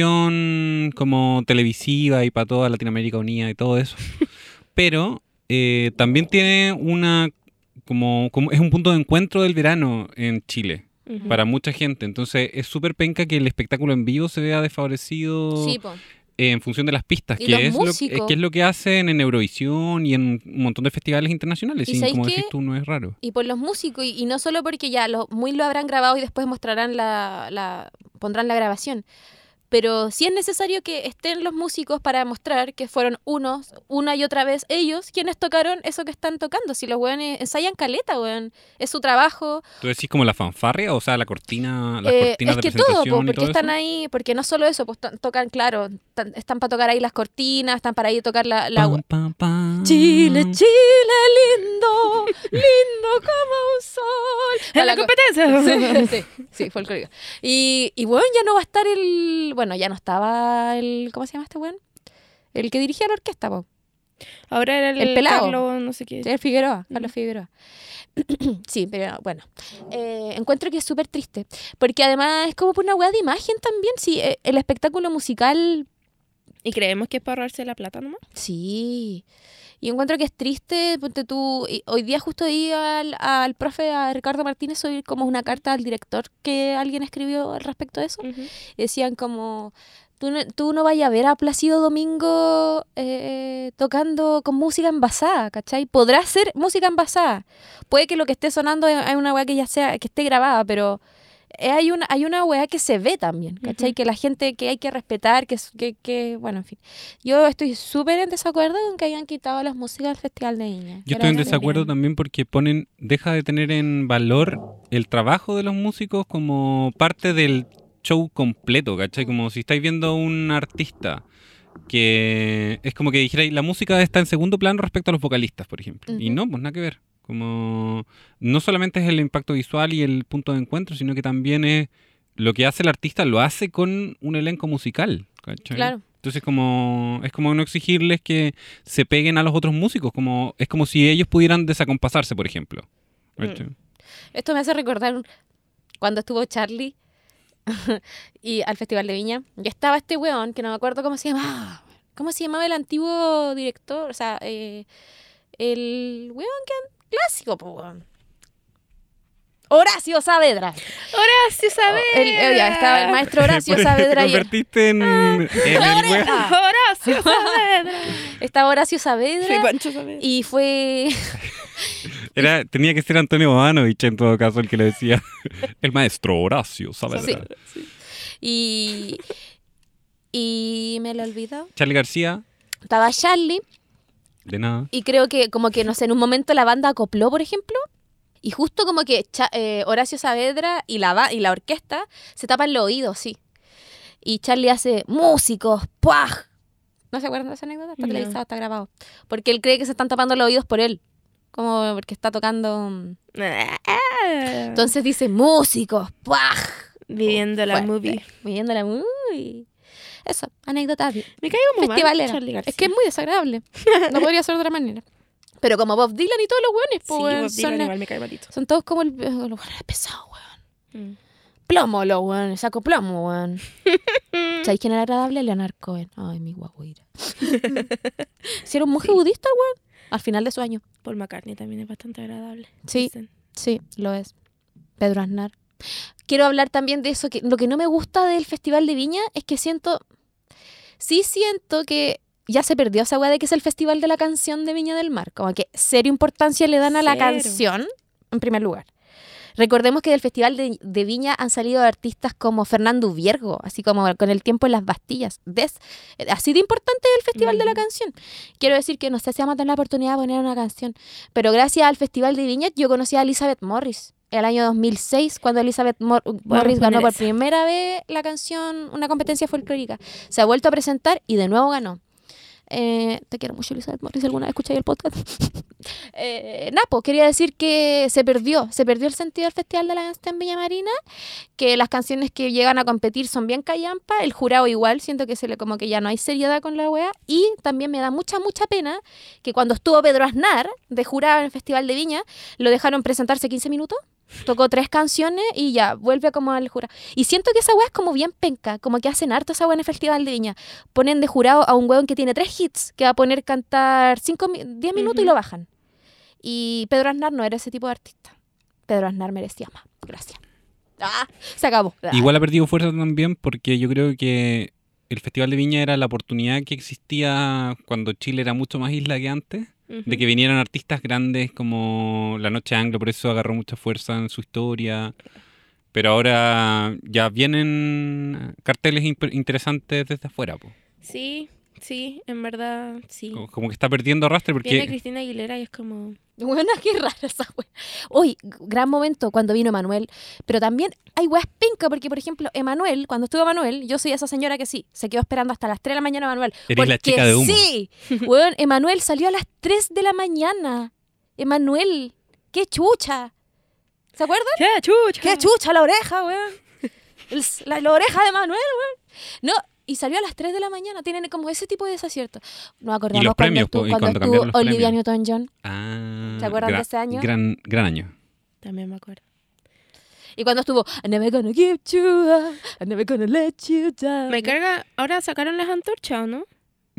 Speaker 3: dimensión como televisiva y para toda Latinoamérica Unida y
Speaker 1: (laughs)
Speaker 3: todo eso, pero eh, también tiene una, como, como es un punto de encuentro del verano en Chile
Speaker 1: Mm.
Speaker 2: Ujú.
Speaker 3: para mucha gente, entonces es súper penca que el espectáculo en vivo se vea desfavorecido
Speaker 1: Sí, po.
Speaker 3: eh, en función de las pistas,
Speaker 1: Y
Speaker 3: que
Speaker 1: los
Speaker 3: es, lo,
Speaker 1: músicos.
Speaker 3: eh, que es lo que hacen en Eurovisión y en un montón de festivales internacionales,
Speaker 1: ¿Y
Speaker 3: y
Speaker 1: sabéis
Speaker 3: como
Speaker 1: qué?
Speaker 3: decís tú, no es raro.
Speaker 1: Y por los músicos, y, y no solo porque ya los muy lo habrán grabado y después mostrarán la, la- pondrán la grabación. Pero sí es necesario que estén los músicos para mostrar que fueron unos, una y otra vez ellos quienes tocaron eso que están tocando. Si los weones ensayan caleta, weón. Es su trabajo.
Speaker 3: ¿Tú decís como la fanfarria? O sea, la cortina, las
Speaker 1: Eh, es
Speaker 3: cortinas de
Speaker 1: que todo,
Speaker 3: presentación
Speaker 1: po,
Speaker 3: y
Speaker 1: porque
Speaker 3: todo
Speaker 1: están
Speaker 3: eso?
Speaker 1: ahí, porque no solo eso, pues to- tocan, claro, tan- están para tocar ahí las cortinas, están para ahí tocar la, la,
Speaker 3: Pam, pam, pam.
Speaker 1: Chile,
Speaker 2: Mm.
Speaker 1: Chile lindo, lindo como un sol.
Speaker 2: (laughs) En la
Speaker 1: Para-
Speaker 2: competencia.
Speaker 1: (laughs) Sí, sí, sí, folclórico. Y, y bueno, ya no va a estar el. Bueno, ya no estaba el. ¿Cómo se llama este weón? El que dirigía la orquesta, po.
Speaker 2: (laughs) Ahora era el,
Speaker 1: El pelado.
Speaker 2: Carlos, no sé qué.
Speaker 1: El Figueroa, Carlos Figueroa. (clears throat) sí, pero bueno. Eh, encuentro que es súper triste. Porque además es como por una weá de imagen también. Sí, eh, el espectáculo musical
Speaker 2: Y creemos que es para ahorrarse la plata nomás.
Speaker 1: Sí. Y encuentro que es triste, ponte tú, y hoy día justo di al, al profe, a Ricardo Martínez, hoy como una carta al director que alguien escribió al respecto de eso. Y decían como, tú no, tú no vayas a ver a Plácido Domingo eh, tocando con música envasada, ¿cachai? Podrá ser música envasada. Puede que lo que esté sonando es es una weá que ya sea, que esté grabada, pero eh, hay una, hay una weá que se ve también, ¿cachai?
Speaker 2: Ujú.
Speaker 1: Que la gente que hay que respetar, que, es- que, que bueno, en fin. Yo estoy súper en desacuerdo con que hayan quitado las músicas del Festival de Viña.
Speaker 3: Yo
Speaker 1: Pero
Speaker 3: estoy en
Speaker 1: no
Speaker 3: desacuerdo
Speaker 1: deberían.
Speaker 3: también porque ponen, deja de tener en valor el trabajo de los músicos como parte del show completo, ¿cachai? Como si estáis viendo a un artista que es como que dijerais, la música está en segundo plano respecto a los vocalistas, por ejemplo. Y
Speaker 1: Ujú.
Speaker 3: no, pues nada que ver. Como no solamente es el impacto visual y el punto de encuentro, sino que también es lo que hace el artista, lo hace con un elenco musical, ¿cachai?
Speaker 1: Claro.
Speaker 3: Entonces como es como no exigirles que se peguen a los otros músicos, como es como si ellos pudieran desacompasarse, por ejemplo.
Speaker 2: Mm.
Speaker 3: ¿Cachai?
Speaker 1: Esto me hace recordar un- cuando estuvo Charlie (laughs) y al Festival de Viña. Y estaba este weón, que no me acuerdo cómo se llamaba. ¿Cómo se llamaba el antiguo director? O sea, eh, el weón que clásico, po, weón. Horacio Saavedra.
Speaker 2: Horacio Saavedra.
Speaker 1: El, eh, ya, estaba
Speaker 2: (laughs)
Speaker 1: el maestro Horacio
Speaker 3: Por-
Speaker 1: Saavedra
Speaker 3: Te
Speaker 1: y
Speaker 3: convertiste en,
Speaker 1: Ah,
Speaker 3: en
Speaker 1: (laughs)
Speaker 3: el
Speaker 1: Ahora- (laughs)
Speaker 3: weón.
Speaker 2: Horacio Saavedra.
Speaker 1: estaba Horacio Saavedra
Speaker 2: Pancho Saavedra.
Speaker 1: y fue
Speaker 3: Era, tenía que ser Antonio Bobanovich en todo caso el que
Speaker 1: (laughs)
Speaker 3: le decía. El maestro Horacio, ¿sabes?
Speaker 1: Sí. y y me lo olvidó.
Speaker 3: Charlie García,
Speaker 1: Estaba Charlie
Speaker 3: de nada.
Speaker 1: Y creo que como que, no sé, en un momento la banda acopló, por ejemplo, y justo como que Cha- eh, Horacio Saavedra y la, ba- y la orquesta se tapan los oídos, sí. Y Charlie hace músicos, ¡puaj! ¿No se acuerdan de esa anécdota? Está
Speaker 2: No.
Speaker 1: televisado, está grabado. Porque él cree que se están tapando los oídos por él. Como porque está tocando... mm.
Speaker 2: Entonces,
Speaker 1: Entonces dice, músicos, ¡puaj!
Speaker 2: Ah, viviendo la
Speaker 1: Fuerte.
Speaker 2: movie.
Speaker 1: Viviendo la movie. Eso, anécdota
Speaker 2: Me caigo muy
Speaker 1: festivalera.
Speaker 2: mal. Charlie García.
Speaker 1: Es que es muy (laughs) desagradable. No podría ser de otra manera. Pero como Bob Dylan y todos los hueones,
Speaker 2: Sí,
Speaker 1: pues,
Speaker 2: Bob
Speaker 1: weón,
Speaker 2: Dylan
Speaker 1: son,
Speaker 2: igual me cae malito.
Speaker 1: son todos como el, eh, los hueones pesados, weón.
Speaker 2: Mm.
Speaker 1: Plomo, los hueones, saco plomo, weón. ¿Sabéis quién era agradable? Leonard Cohen. Ay, mi guaguira. si era un monje budista, weón. Al final de su año.
Speaker 2: Paul McCartney también es bastante agradable.
Speaker 1: Sí,
Speaker 2: Dicen.
Speaker 1: sí, lo es. Pedro Aznar. Quiero hablar también de eso. Que lo que no me gusta del Festival de Viña es que siento. Sí, siento que ya se perdió esa weá de que es el Festival de la Canción de Viña del Mar. Como que seria importancia le dan a la
Speaker 2: Cero.
Speaker 1: canción, en primer lugar. Recordemos que del Festival de, de Viña han salido artistas como Fernando Viergo, así como con el tiempo en las Bastillas. Des, así de importante es el Festival de la Canción. Quiero decir que no sé si vamos a tener la oportunidad de poner una canción, pero gracias al Festival de Viña yo conocí a Elizabeth Morris el año 2006, cuando Elizabeth Mor Morris ganó por
Speaker 2: esa.
Speaker 1: primera vez la canción, una competencia folclórica. Se ha vuelto a presentar y de nuevo ganó. Eh, te quiero mucho, Elizabeth Morris. ¿Alguna vez escucháis el podcast? (laughs) eh, Napo, quería decir que se perdió, se perdió el sentido del Festival de la Danza en Villa Marina, que las canciones que llegan a competir son bien callampa, el jurado igual, siento que se le como que ya no hay seriedad con la wea, y también me da mucha, mucha pena que cuando estuvo Pedro Aznar de jurado en el Festival de Viña, lo dejaron presentarse 15 minutos, tocó tres canciones y ya, vuelve como al jurado. Y siento que esa wea es como bien penca, como que hacen harto esa wea en el Festival de Viña. Ponen de jurado a un weón que tiene tres hits, que va a poner cantar 10 minutos y
Speaker 2: Ujú.
Speaker 1: lo bajan. Y Pedro Aznar no era ese tipo de artista. Pedro Aznar merecía más. Gracias. Ah, se acabó. Ah.
Speaker 3: Igual ha perdido fuerza también porque yo creo que el Festival de Viña era la oportunidad que existía cuando Chile era mucho más isla que antes, de que vinieran artistas grandes como La Noche Anglo, por eso agarró mucha fuerza en su historia. Pero ahora ya vienen carteles imp- interesantes desde afuera, po.
Speaker 2: Sí, sí, en verdad, sí.
Speaker 3: Como- como que está perdiendo arrastre
Speaker 2: Viene
Speaker 3: porque...
Speaker 2: Cristina Aguilera y es como...
Speaker 1: Buena, (laughs) qué rara esa wea. Hoy, gran momento cuando vino Manuel, pero también hay weas penca, porque por ejemplo, Emanuel, cuando estuvo Manuel, yo soy esa señora que sí, se quedó esperando hasta las 3 de la mañana a Manuel.
Speaker 3: Eres la
Speaker 1: Porque
Speaker 3: chica de humo. (laughs)
Speaker 1: Sí, weón, Emanuel salió a las 3 de la mañana. Emanuel, qué chucha. ¿Se acuerdan?
Speaker 2: ¡Qué "Ah, chucha!
Speaker 1: ¡Qué chucha la oreja, weón! El- La, la oreja de Manuel, weón. No, y salió a las 3 de la mañana. Tienen como ese tipo de desaciertos. Nos acordamos
Speaker 3: los
Speaker 1: cuando,
Speaker 3: premios,
Speaker 1: estuvo-
Speaker 3: po, y
Speaker 1: cuando
Speaker 3: cuando
Speaker 1: estuvo
Speaker 3: cambiaron los
Speaker 1: Olivia
Speaker 3: premios.
Speaker 1: Newton-John.
Speaker 3: Ah,
Speaker 1: ¿Se acuerdan de
Speaker 3: gran-
Speaker 1: ese año?
Speaker 3: Gran, gran año.
Speaker 2: También me acuerdo.
Speaker 1: Y cuando estuvo I'm never gonna give you up, I'm never gonna let you down.
Speaker 2: Me carga... Ahora sacaron las antorchas, ¿o ¿no?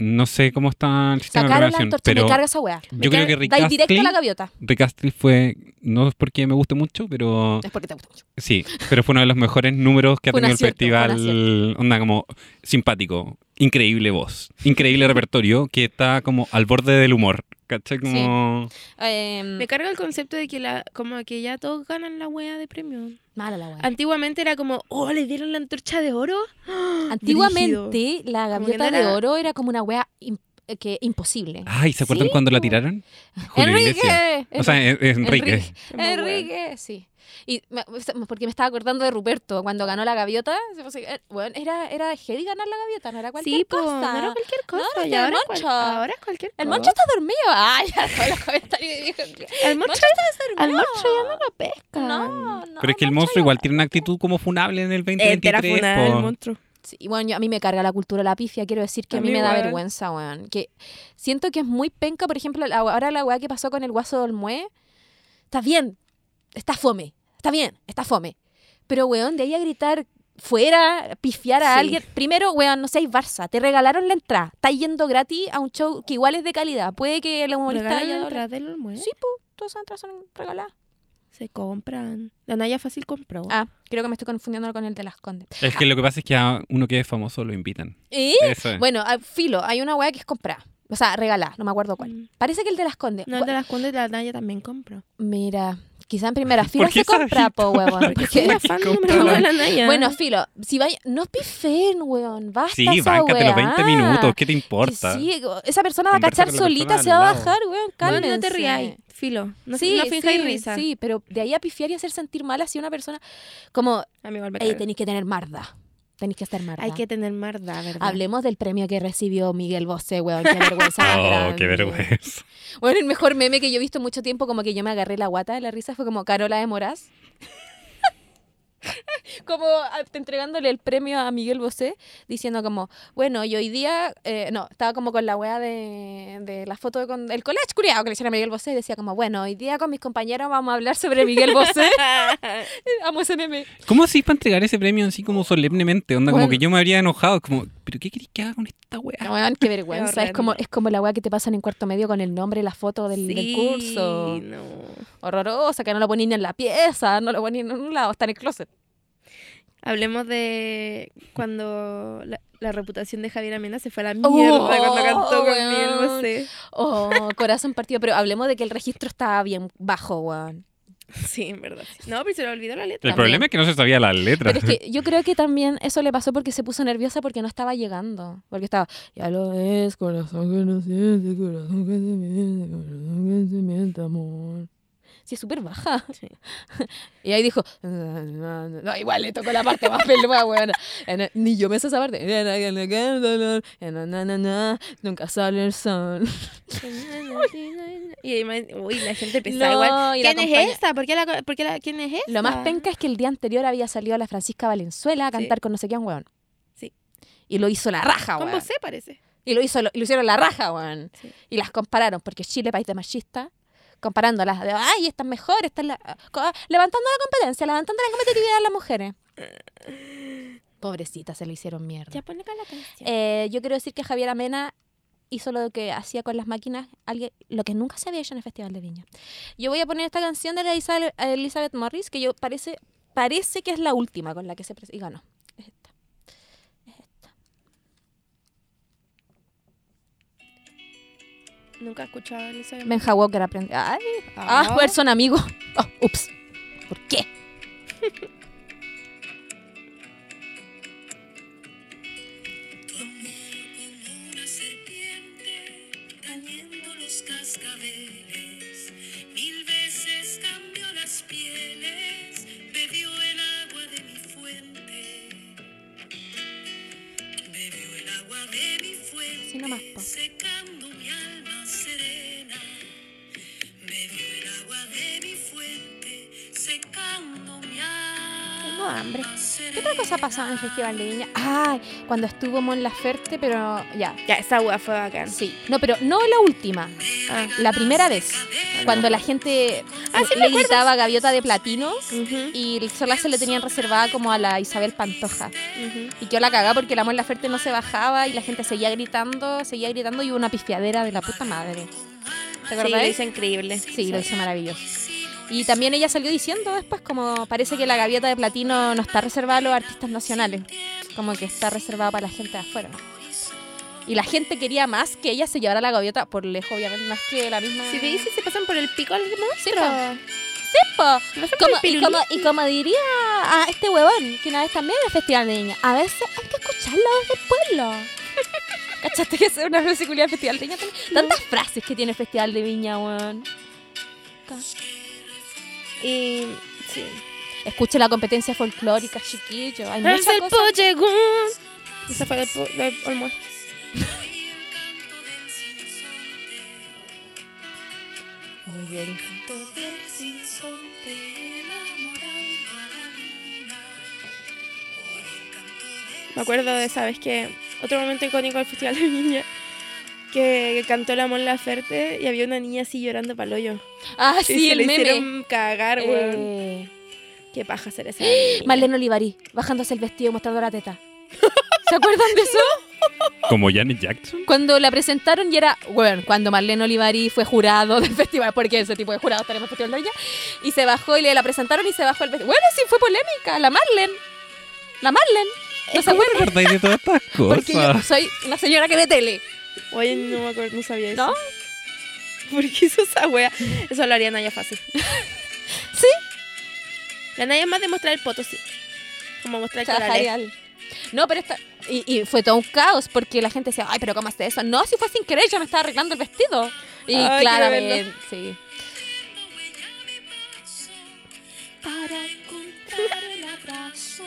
Speaker 3: No sé cómo está el sistema
Speaker 1: Sacaron la
Speaker 3: de programación,
Speaker 1: antorcha,
Speaker 3: pero
Speaker 1: me carga esa weá.
Speaker 3: yo creo que Rick
Speaker 1: Da directo a la
Speaker 3: Astley-
Speaker 1: gaviota.
Speaker 3: Rick Astley fue, no es porque me guste mucho, pero
Speaker 1: Es porque te gusta mucho.
Speaker 3: sí, pero fue uno de los mejores números que ha
Speaker 1: Fue un
Speaker 3: tenido el
Speaker 1: acierto, fue un
Speaker 3: festival. Onda como simpático, increíble voz, increíble repertorio que está como al borde del humor. ¿Cachai? Como...
Speaker 1: Em,
Speaker 2: Me carga el concepto de que la, como que ya todos ganan la wea de premio.
Speaker 1: mala la weá.
Speaker 2: Antiguamente era como, oh, le dieron la antorcha
Speaker 1: (gasps)
Speaker 2: de oro.
Speaker 1: Antiguamente
Speaker 2: Brígido.
Speaker 1: la
Speaker 2: Como que
Speaker 1: gaviota
Speaker 2: no
Speaker 1: de
Speaker 2: era-
Speaker 1: oro era como una weá im- eh, que imposible.
Speaker 3: Ay, ¿se acuerdan
Speaker 1: Sí,
Speaker 3: cuando la
Speaker 1: po. (laughs)
Speaker 3: tiraron? Ah, Julio
Speaker 1: Enrique,
Speaker 3: Iglesias. O sea, en- en- Enrique.
Speaker 1: Enrique.
Speaker 2: Muy bueno.
Speaker 1: Enrique, sí. Y me- porque me estaba acordando de Ruperto cuando ganó la gaviota. se puso- eh, Bueno, era, era heavy ganar la gaviota, no era cualquier
Speaker 2: sí, po,
Speaker 1: cosa.
Speaker 2: no era cualquier cosa.
Speaker 1: No,
Speaker 2: y
Speaker 1: era
Speaker 2: ahora,
Speaker 1: el
Speaker 2: cual-
Speaker 1: Moncho.
Speaker 2: ahora es cualquier cosa.
Speaker 1: El moncho está dormido. (laughs) Ah, ya fue los
Speaker 2: (laughs)
Speaker 1: comentarios de viejo.
Speaker 2: El
Speaker 1: El
Speaker 2: moncho,
Speaker 1: moncho está dormido.
Speaker 2: al moncho ya no lo pesca.
Speaker 1: No, no.
Speaker 3: pero es que el monstruo igual tiene una actitud como funable en el
Speaker 2: Eh,
Speaker 3: 2023.
Speaker 2: terrafunada
Speaker 3: po.
Speaker 2: el monstruo.
Speaker 1: Sí, y bueno, yo- a mí me carga la cultura de la pifia. Quiero decir que a
Speaker 2: A
Speaker 1: mí,
Speaker 2: mí
Speaker 1: me da
Speaker 2: igual.
Speaker 1: vergüenza, weón. Que siento que es muy penca, por ejemplo, la- ahora la weá que pasó con el guaso del mue. Está bien, está fome, está bien, está fome. Pero, weón, de ahí a gritar fuera, pifiar a
Speaker 2: Sí.
Speaker 1: alguien. Primero, weón, no seáis Barça, te regalaron la entrada. Estás yendo gratis a un show que igual es de calidad. Puede que la humorista
Speaker 2: Regalan
Speaker 1: haya
Speaker 2: entradas del almuerzo.
Speaker 1: Sí, pues, todas esas entradas son regaladas.
Speaker 2: Se compran. La Naya fácil compró.
Speaker 1: Ah, creo que me estoy confundiendo con el de las Condes.
Speaker 3: Es que lo que pasa es que a uno que es famoso lo invitan.
Speaker 1: ¿Eh?
Speaker 3: Eso es.
Speaker 1: Bueno, ah, filo, hay una weá que es comprada. O sea, regalada, no me acuerdo cuál.
Speaker 2: Mm.
Speaker 1: Parece que el de las Condes.
Speaker 2: No, el de las condes la Naya también
Speaker 3: (laughs)
Speaker 2: compró.
Speaker 1: Mira, quizá en primera fila
Speaker 3: ¿Por qué
Speaker 1: se compra,
Speaker 3: sabes
Speaker 1: po,
Speaker 3: (laughs)
Speaker 1: huevón. porque- (laughs)
Speaker 2: Era fan
Speaker 3: compró?
Speaker 2: número uno de la Naya.
Speaker 1: Bueno, filo, si vaya, no pifen, weón, basta
Speaker 3: Sí,
Speaker 1: esa
Speaker 3: bancate los 20
Speaker 1: weá.
Speaker 3: minutos, ¿qué te
Speaker 1: Que
Speaker 3: importa?
Speaker 1: sí, esa persona va a
Speaker 3: Conversa
Speaker 1: cachar
Speaker 3: con la persona
Speaker 1: solita,
Speaker 3: al
Speaker 1: se va a
Speaker 3: lado.
Speaker 1: bajar, weón,
Speaker 2: Bueno,
Speaker 1: cálmense.
Speaker 2: no te rías, filo. No,
Speaker 1: sí,
Speaker 2: no finjáis
Speaker 1: sí,
Speaker 2: risa.
Speaker 1: sí, pero de ahí a pifiar y hacer sentir mal así a una persona, como,
Speaker 2: A mí igual me
Speaker 1: hey,
Speaker 2: carga.
Speaker 1: tenéis que tener marda, tenéis que estar marda.
Speaker 2: Hay que tener marda, ¿verdad? (laughs)
Speaker 1: Hablemos del premio que recibió Miguel Bosé, weón,
Speaker 3: (laughs)
Speaker 1: qué vergüenza. más
Speaker 3: Oh,
Speaker 1: grande.
Speaker 3: qué vergüenza.
Speaker 1: Bueno, el mejor meme que yo he visto en mucho tiempo, como que yo me agarré la guata de la risa, fue como Carola de Moraz. (laughs) como a- entregándole el premio a Miguel Bosé, diciendo como, bueno, y hoy día, eh, no, estaba como con la wea de, de la foto con el collage curiado que le hicieron a Miguel Bosé, y decía como, bueno, hoy día con mis compañeros vamos a hablar sobre Miguel (laughs) Bosé. Amo ese meme.
Speaker 3: ¿Cómo así para entregar ese premio así como solemnemente? Onda,
Speaker 1: Oh. Bueno.
Speaker 3: como que yo me habría enojado. Como, ¿pero qué querés que haga con esta weá?
Speaker 1: Weón, qué vergüenza. es, como,
Speaker 2: horrendo.
Speaker 1: es como la wea que te pasan en cuarto medio con el nombre y la foto del, del
Speaker 2: Sí,
Speaker 1: curso.
Speaker 2: no.
Speaker 1: horrorosa, que no lo ponía ni en la pieza, no lo ponía en un lado, está en el closet.
Speaker 2: Hablemos de cuando la, la reputación de Javier Amena se fue a la mierda
Speaker 1: Oh,
Speaker 2: cuando cantó con
Speaker 1: weón.
Speaker 2: Miguel Bosé.
Speaker 1: Oh, corazón partido, pero hablemos de que el registro estaba bien bajo, weón.
Speaker 2: Sí, en verdad. sí. No, pero se le olvidó la
Speaker 3: (laughs)
Speaker 2: letra.
Speaker 3: El problema es que no se sabía la letra.
Speaker 1: Pero es que yo creo que también eso le pasó porque se puso nerviosa porque no estaba llegando. Porque estaba, ya lo es, corazón que no siente, corazón que se miente, corazón que se miente, amor. Sí, es súper baja. (laughs) Y ahí dijo, no, igual le tocó la parte más peluda, weón. Ni yo me sé esa parte. Nunca sale el sol.
Speaker 2: Y ahí me- uy, la gente pensaba
Speaker 1: No,
Speaker 2: igual.
Speaker 1: y la
Speaker 2: ¿Quién es
Speaker 1: acompaña-
Speaker 2: esta? ¿Por qué la, co- por qué la- ¿Quién es esta?
Speaker 1: Lo más penca es que el día anterior había salido la Francisca Valenzuela a
Speaker 2: Sí.
Speaker 1: cantar con no sé quién, weón.
Speaker 2: Sí.
Speaker 1: Y lo hizo la raja, weón.
Speaker 2: ¿Cómo se parece?
Speaker 1: Y lo, hizo, lo, y lo hicieron la raja, weón.
Speaker 2: Sí.
Speaker 1: Y las compararon, porque Chile, país de machista, comparándolas de, ay, esta es mejor, esta es la... co- levantando la competencia, levantando la competitividad de las
Speaker 2: (laughs)
Speaker 1: mujeres. Pobrecitas, se le hicieron mierda.
Speaker 2: Ya ponle acá la canción.
Speaker 1: Eh, yo quiero decir que Javier Amena hizo lo que hacía con las máquinas, alguien, lo que nunca se había hecho en el Festival de Viña. Yo voy a poner esta canción de la Isabel- Elizabeth Morris, que yo parece, parece que es la última con la que se pres- y ganó. Es esta. Es esta.
Speaker 2: Nunca he escuchado a Elizabeth.
Speaker 1: Benja Walker aprende. Ay,
Speaker 2: Ah.
Speaker 1: ah, pues son amigos. Oh, ups. ¿Por qué?
Speaker 4: una serpiente cayendo los cascabeles. Mil veces cambió las pieles, bebió el agua de mi fuente. Bebió el agua de mi fuente,
Speaker 1: Sí, nomás, po.
Speaker 4: secando mi alma serena. Bebió el agua de mi fuente, secando mi alma.
Speaker 1: Tengo hambre. ¿Qué
Speaker 4: serena.
Speaker 1: otra cosa ha pasado en el Festival de Viña? Ay, cuando estuvo Mon Laferte, pero ya.
Speaker 2: Ya, esa hueá fue bacán.
Speaker 1: Sí. No, pero no la última.
Speaker 2: Ah.
Speaker 1: La primera vez, cuando la gente
Speaker 2: Ah, sí, me
Speaker 1: le
Speaker 2: acuerdo.
Speaker 1: gritaba gaviota de platino
Speaker 2: Ujú,
Speaker 1: y solo se le tenían reservada como a la Isabel Pantoja.
Speaker 2: ujú.
Speaker 1: Y yo la cagaba porque la la Ferte no se bajaba y la gente seguía gritando, seguía gritando y hubo una pifiadera de la puta madre. ¿Te
Speaker 2: Sí, lo
Speaker 1: acordás?
Speaker 2: hizo increíble.
Speaker 1: Sí, lo hizo maravilloso. Y también ella salió diciendo después como parece que la gaviota de platino no está reservada a los artistas nacionales, como que está reservada para la gente de afuera. Y la gente quería más que ella se llevara la gaviota por lejos, obviamente, más que la misma...
Speaker 2: Si te dices, se pasan por el pico al
Speaker 1: Sí,
Speaker 2: monstruo.
Speaker 1: po. Sí, po.
Speaker 2: Se pasan por
Speaker 1: Como-
Speaker 2: el
Speaker 1: y,
Speaker 2: pirulí.
Speaker 1: como, y como diría a este huevón, que una vez también en el Festival de Niña, a veces hay que escuchar la voz del
Speaker 2: (laughs)
Speaker 1: pueblo. ¿Cachaste que es una frase culiada del Festival de Viña? Tantas frases que tiene el Festival de Viña, weón.
Speaker 2: Y. Sí.
Speaker 1: Escuche la competencia folclórica, chiquillo. Hay
Speaker 2: Es
Speaker 1: muchas
Speaker 2: el
Speaker 1: cosas.
Speaker 2: pollegún. Esa fue del po- del almuerzo.
Speaker 1: Muy bien.
Speaker 4: Todo el sinsonte enamorando a la luna. Por el canto del
Speaker 2: Me acuerdo de, ¿sabes que Otro momento icónico del Festival de Viña. Que cantó la Mon Laferte y había una niña así llorando para hoyo.
Speaker 1: Ah,
Speaker 2: y
Speaker 1: sí,
Speaker 2: se
Speaker 1: el
Speaker 2: le
Speaker 1: meme.
Speaker 2: hicieron cagar, weón.
Speaker 1: Eh,
Speaker 2: Qué paja ser esa niña.
Speaker 1: Marlene Olivari, bajándose el vestido y mostrando la teta. ¿Se acuerdan de eso?
Speaker 3: (laughs) Como Janet Jackson.
Speaker 1: Cuando la presentaron y era, bueno, cuando Marlene Olivari fue jurado (laughs) del festival, porque ese tipo de jurados tenemos festival de ella, y se bajó y le la presentaron y se bajó el vestido. Bueno, sí, fue polémica, la Marlene. La Marlene. ¿No se acuerdan?
Speaker 3: acordáis de todas estas
Speaker 1: Porque yo soy una señora que ve
Speaker 2: (laughs)
Speaker 1: tele.
Speaker 2: Oye, no me acuerdo, no sabía eso.
Speaker 1: ¿No?
Speaker 2: (laughs) ¿Por qué hizo esa wea? Eso lo haría Naya fácil.
Speaker 1: Sí.
Speaker 2: La Naya es más de mostrar el poto, sí. Como mostrar el colale.
Speaker 1: Chajarial. No, pero esta... Y, y fue todo un caos porque la gente decía, ay, pero ¿cómo hace eso? No, si fue sin querer, yo me estaba arreglando el vestido. Y
Speaker 2: Ay, quiero
Speaker 1: claramente,
Speaker 2: verlo.
Speaker 1: sí.
Speaker 4: canto huella mi paso para encontrar el abrazo.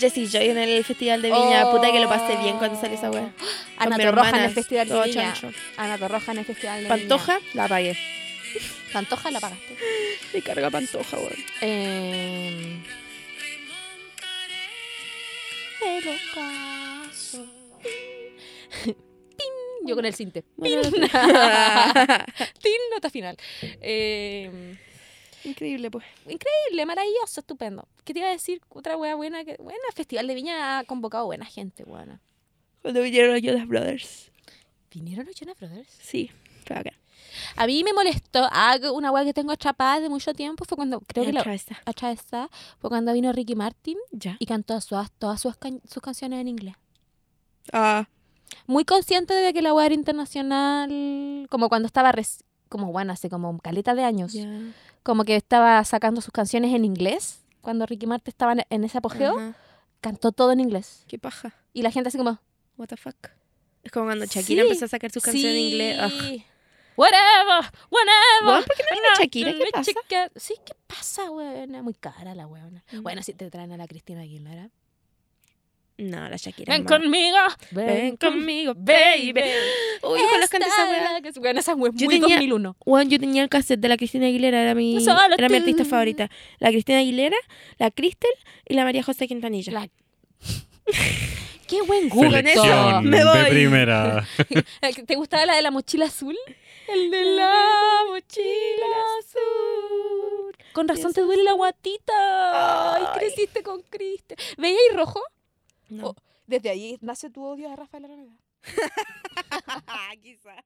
Speaker 2: Jessie Joy en el Festival de Viña.
Speaker 1: Oh.
Speaker 2: Puta que lo pasé bien cuando salió esa wea.
Speaker 1: (gasps) Ana
Speaker 2: mi
Speaker 1: Torroja en
Speaker 2: hermana,
Speaker 1: el Festival de
Speaker 2: todo
Speaker 1: Viña.
Speaker 2: chancho.
Speaker 1: Ana Torroja en el Festival de Viña.
Speaker 2: Pantoja, la apagué.
Speaker 1: Pantoja la pagaste.
Speaker 2: Me carga Pantoja, weón.
Speaker 1: Eh,
Speaker 4: El ocaso.
Speaker 1: yo con el cinte.
Speaker 2: (laughs)
Speaker 1: Tin, nota final. Eh,
Speaker 2: Increíble, pues.
Speaker 1: increíble, maravilloso, estupendo. ¿Qué te iba a decir? Otra wea buena. Que, bueno, el Festival de Viña ha convocado buena gente, buena.
Speaker 2: Cuando vinieron los Jonas Brothers.
Speaker 1: ¿Vinieron los Jonas Brothers?
Speaker 2: Sí, fue acá.
Speaker 1: A mí me molestó. Ah, que una weá que tengo atrapada de mucho tiempo fue cuando. Creo que la.
Speaker 2: está.
Speaker 1: Atravesada fue cuando vino Ricky Martin
Speaker 2: Ya.
Speaker 1: y cantó todas, todas sus, can- sus canciones en inglés.
Speaker 2: Ah,
Speaker 1: Muy consciente de que la weá era internacional. Como cuando estaba. reci- como bueno, hace como caleta de años.
Speaker 2: ya.
Speaker 1: como que estaba sacando sus canciones en inglés, cuando Ricky Martin estaba en- en ese apogeo,
Speaker 2: Ajá.
Speaker 1: cantó todo en inglés.
Speaker 2: Qué paja.
Speaker 1: Y la gente así como,
Speaker 2: What the fuck. Es como cuando Shakira
Speaker 1: Sí,
Speaker 2: empezó a sacar sus canciones en inglés. ah. Ugh.
Speaker 1: "Sí, Whatever,
Speaker 2: Weón,
Speaker 1: whatever.
Speaker 2: ¿Por qué no viene Shakira? ¿Qué pasa?
Speaker 1: pasa? Sí, ¿qué pasa, weona? Muy cara la weona.
Speaker 2: Mm.
Speaker 1: Bueno, si te traen a la Cristina Aguilera.
Speaker 2: No, la Shakira.
Speaker 1: Ven
Speaker 2: es más-
Speaker 1: conmigo,
Speaker 2: Ven conmigo,
Speaker 1: baby.
Speaker 2: Uy, ojalá cante
Speaker 1: Esta
Speaker 2: esa weá.
Speaker 1: la que- Weona, esa weá es
Speaker 2: Yo
Speaker 1: muy
Speaker 2: tenía-
Speaker 1: 2001.
Speaker 2: Weón, yo tenía el cassette de la Cristina Aguilera, era mi,
Speaker 1: Solo
Speaker 2: era mi
Speaker 1: tú.
Speaker 2: artista favorita. La Cristina Aguilera, la Cristel y la María José Quintanilla.
Speaker 1: La- Qué buen gusto. Eh,
Speaker 3: Selección
Speaker 2: Me voy.
Speaker 3: de
Speaker 1: (laughs)
Speaker 3: primera.
Speaker 1: ¿Te gustaba la de la mochila azul? El de la mochila azul. Con razón te duele la guatita. Ay,
Speaker 2: Ay.
Speaker 1: creciste con Cristo. ¿Veía y rojo?
Speaker 2: No.
Speaker 1: Oh, (laughs) Desde ahí nace tu odio a Rafael Araneda.
Speaker 2: Quizá.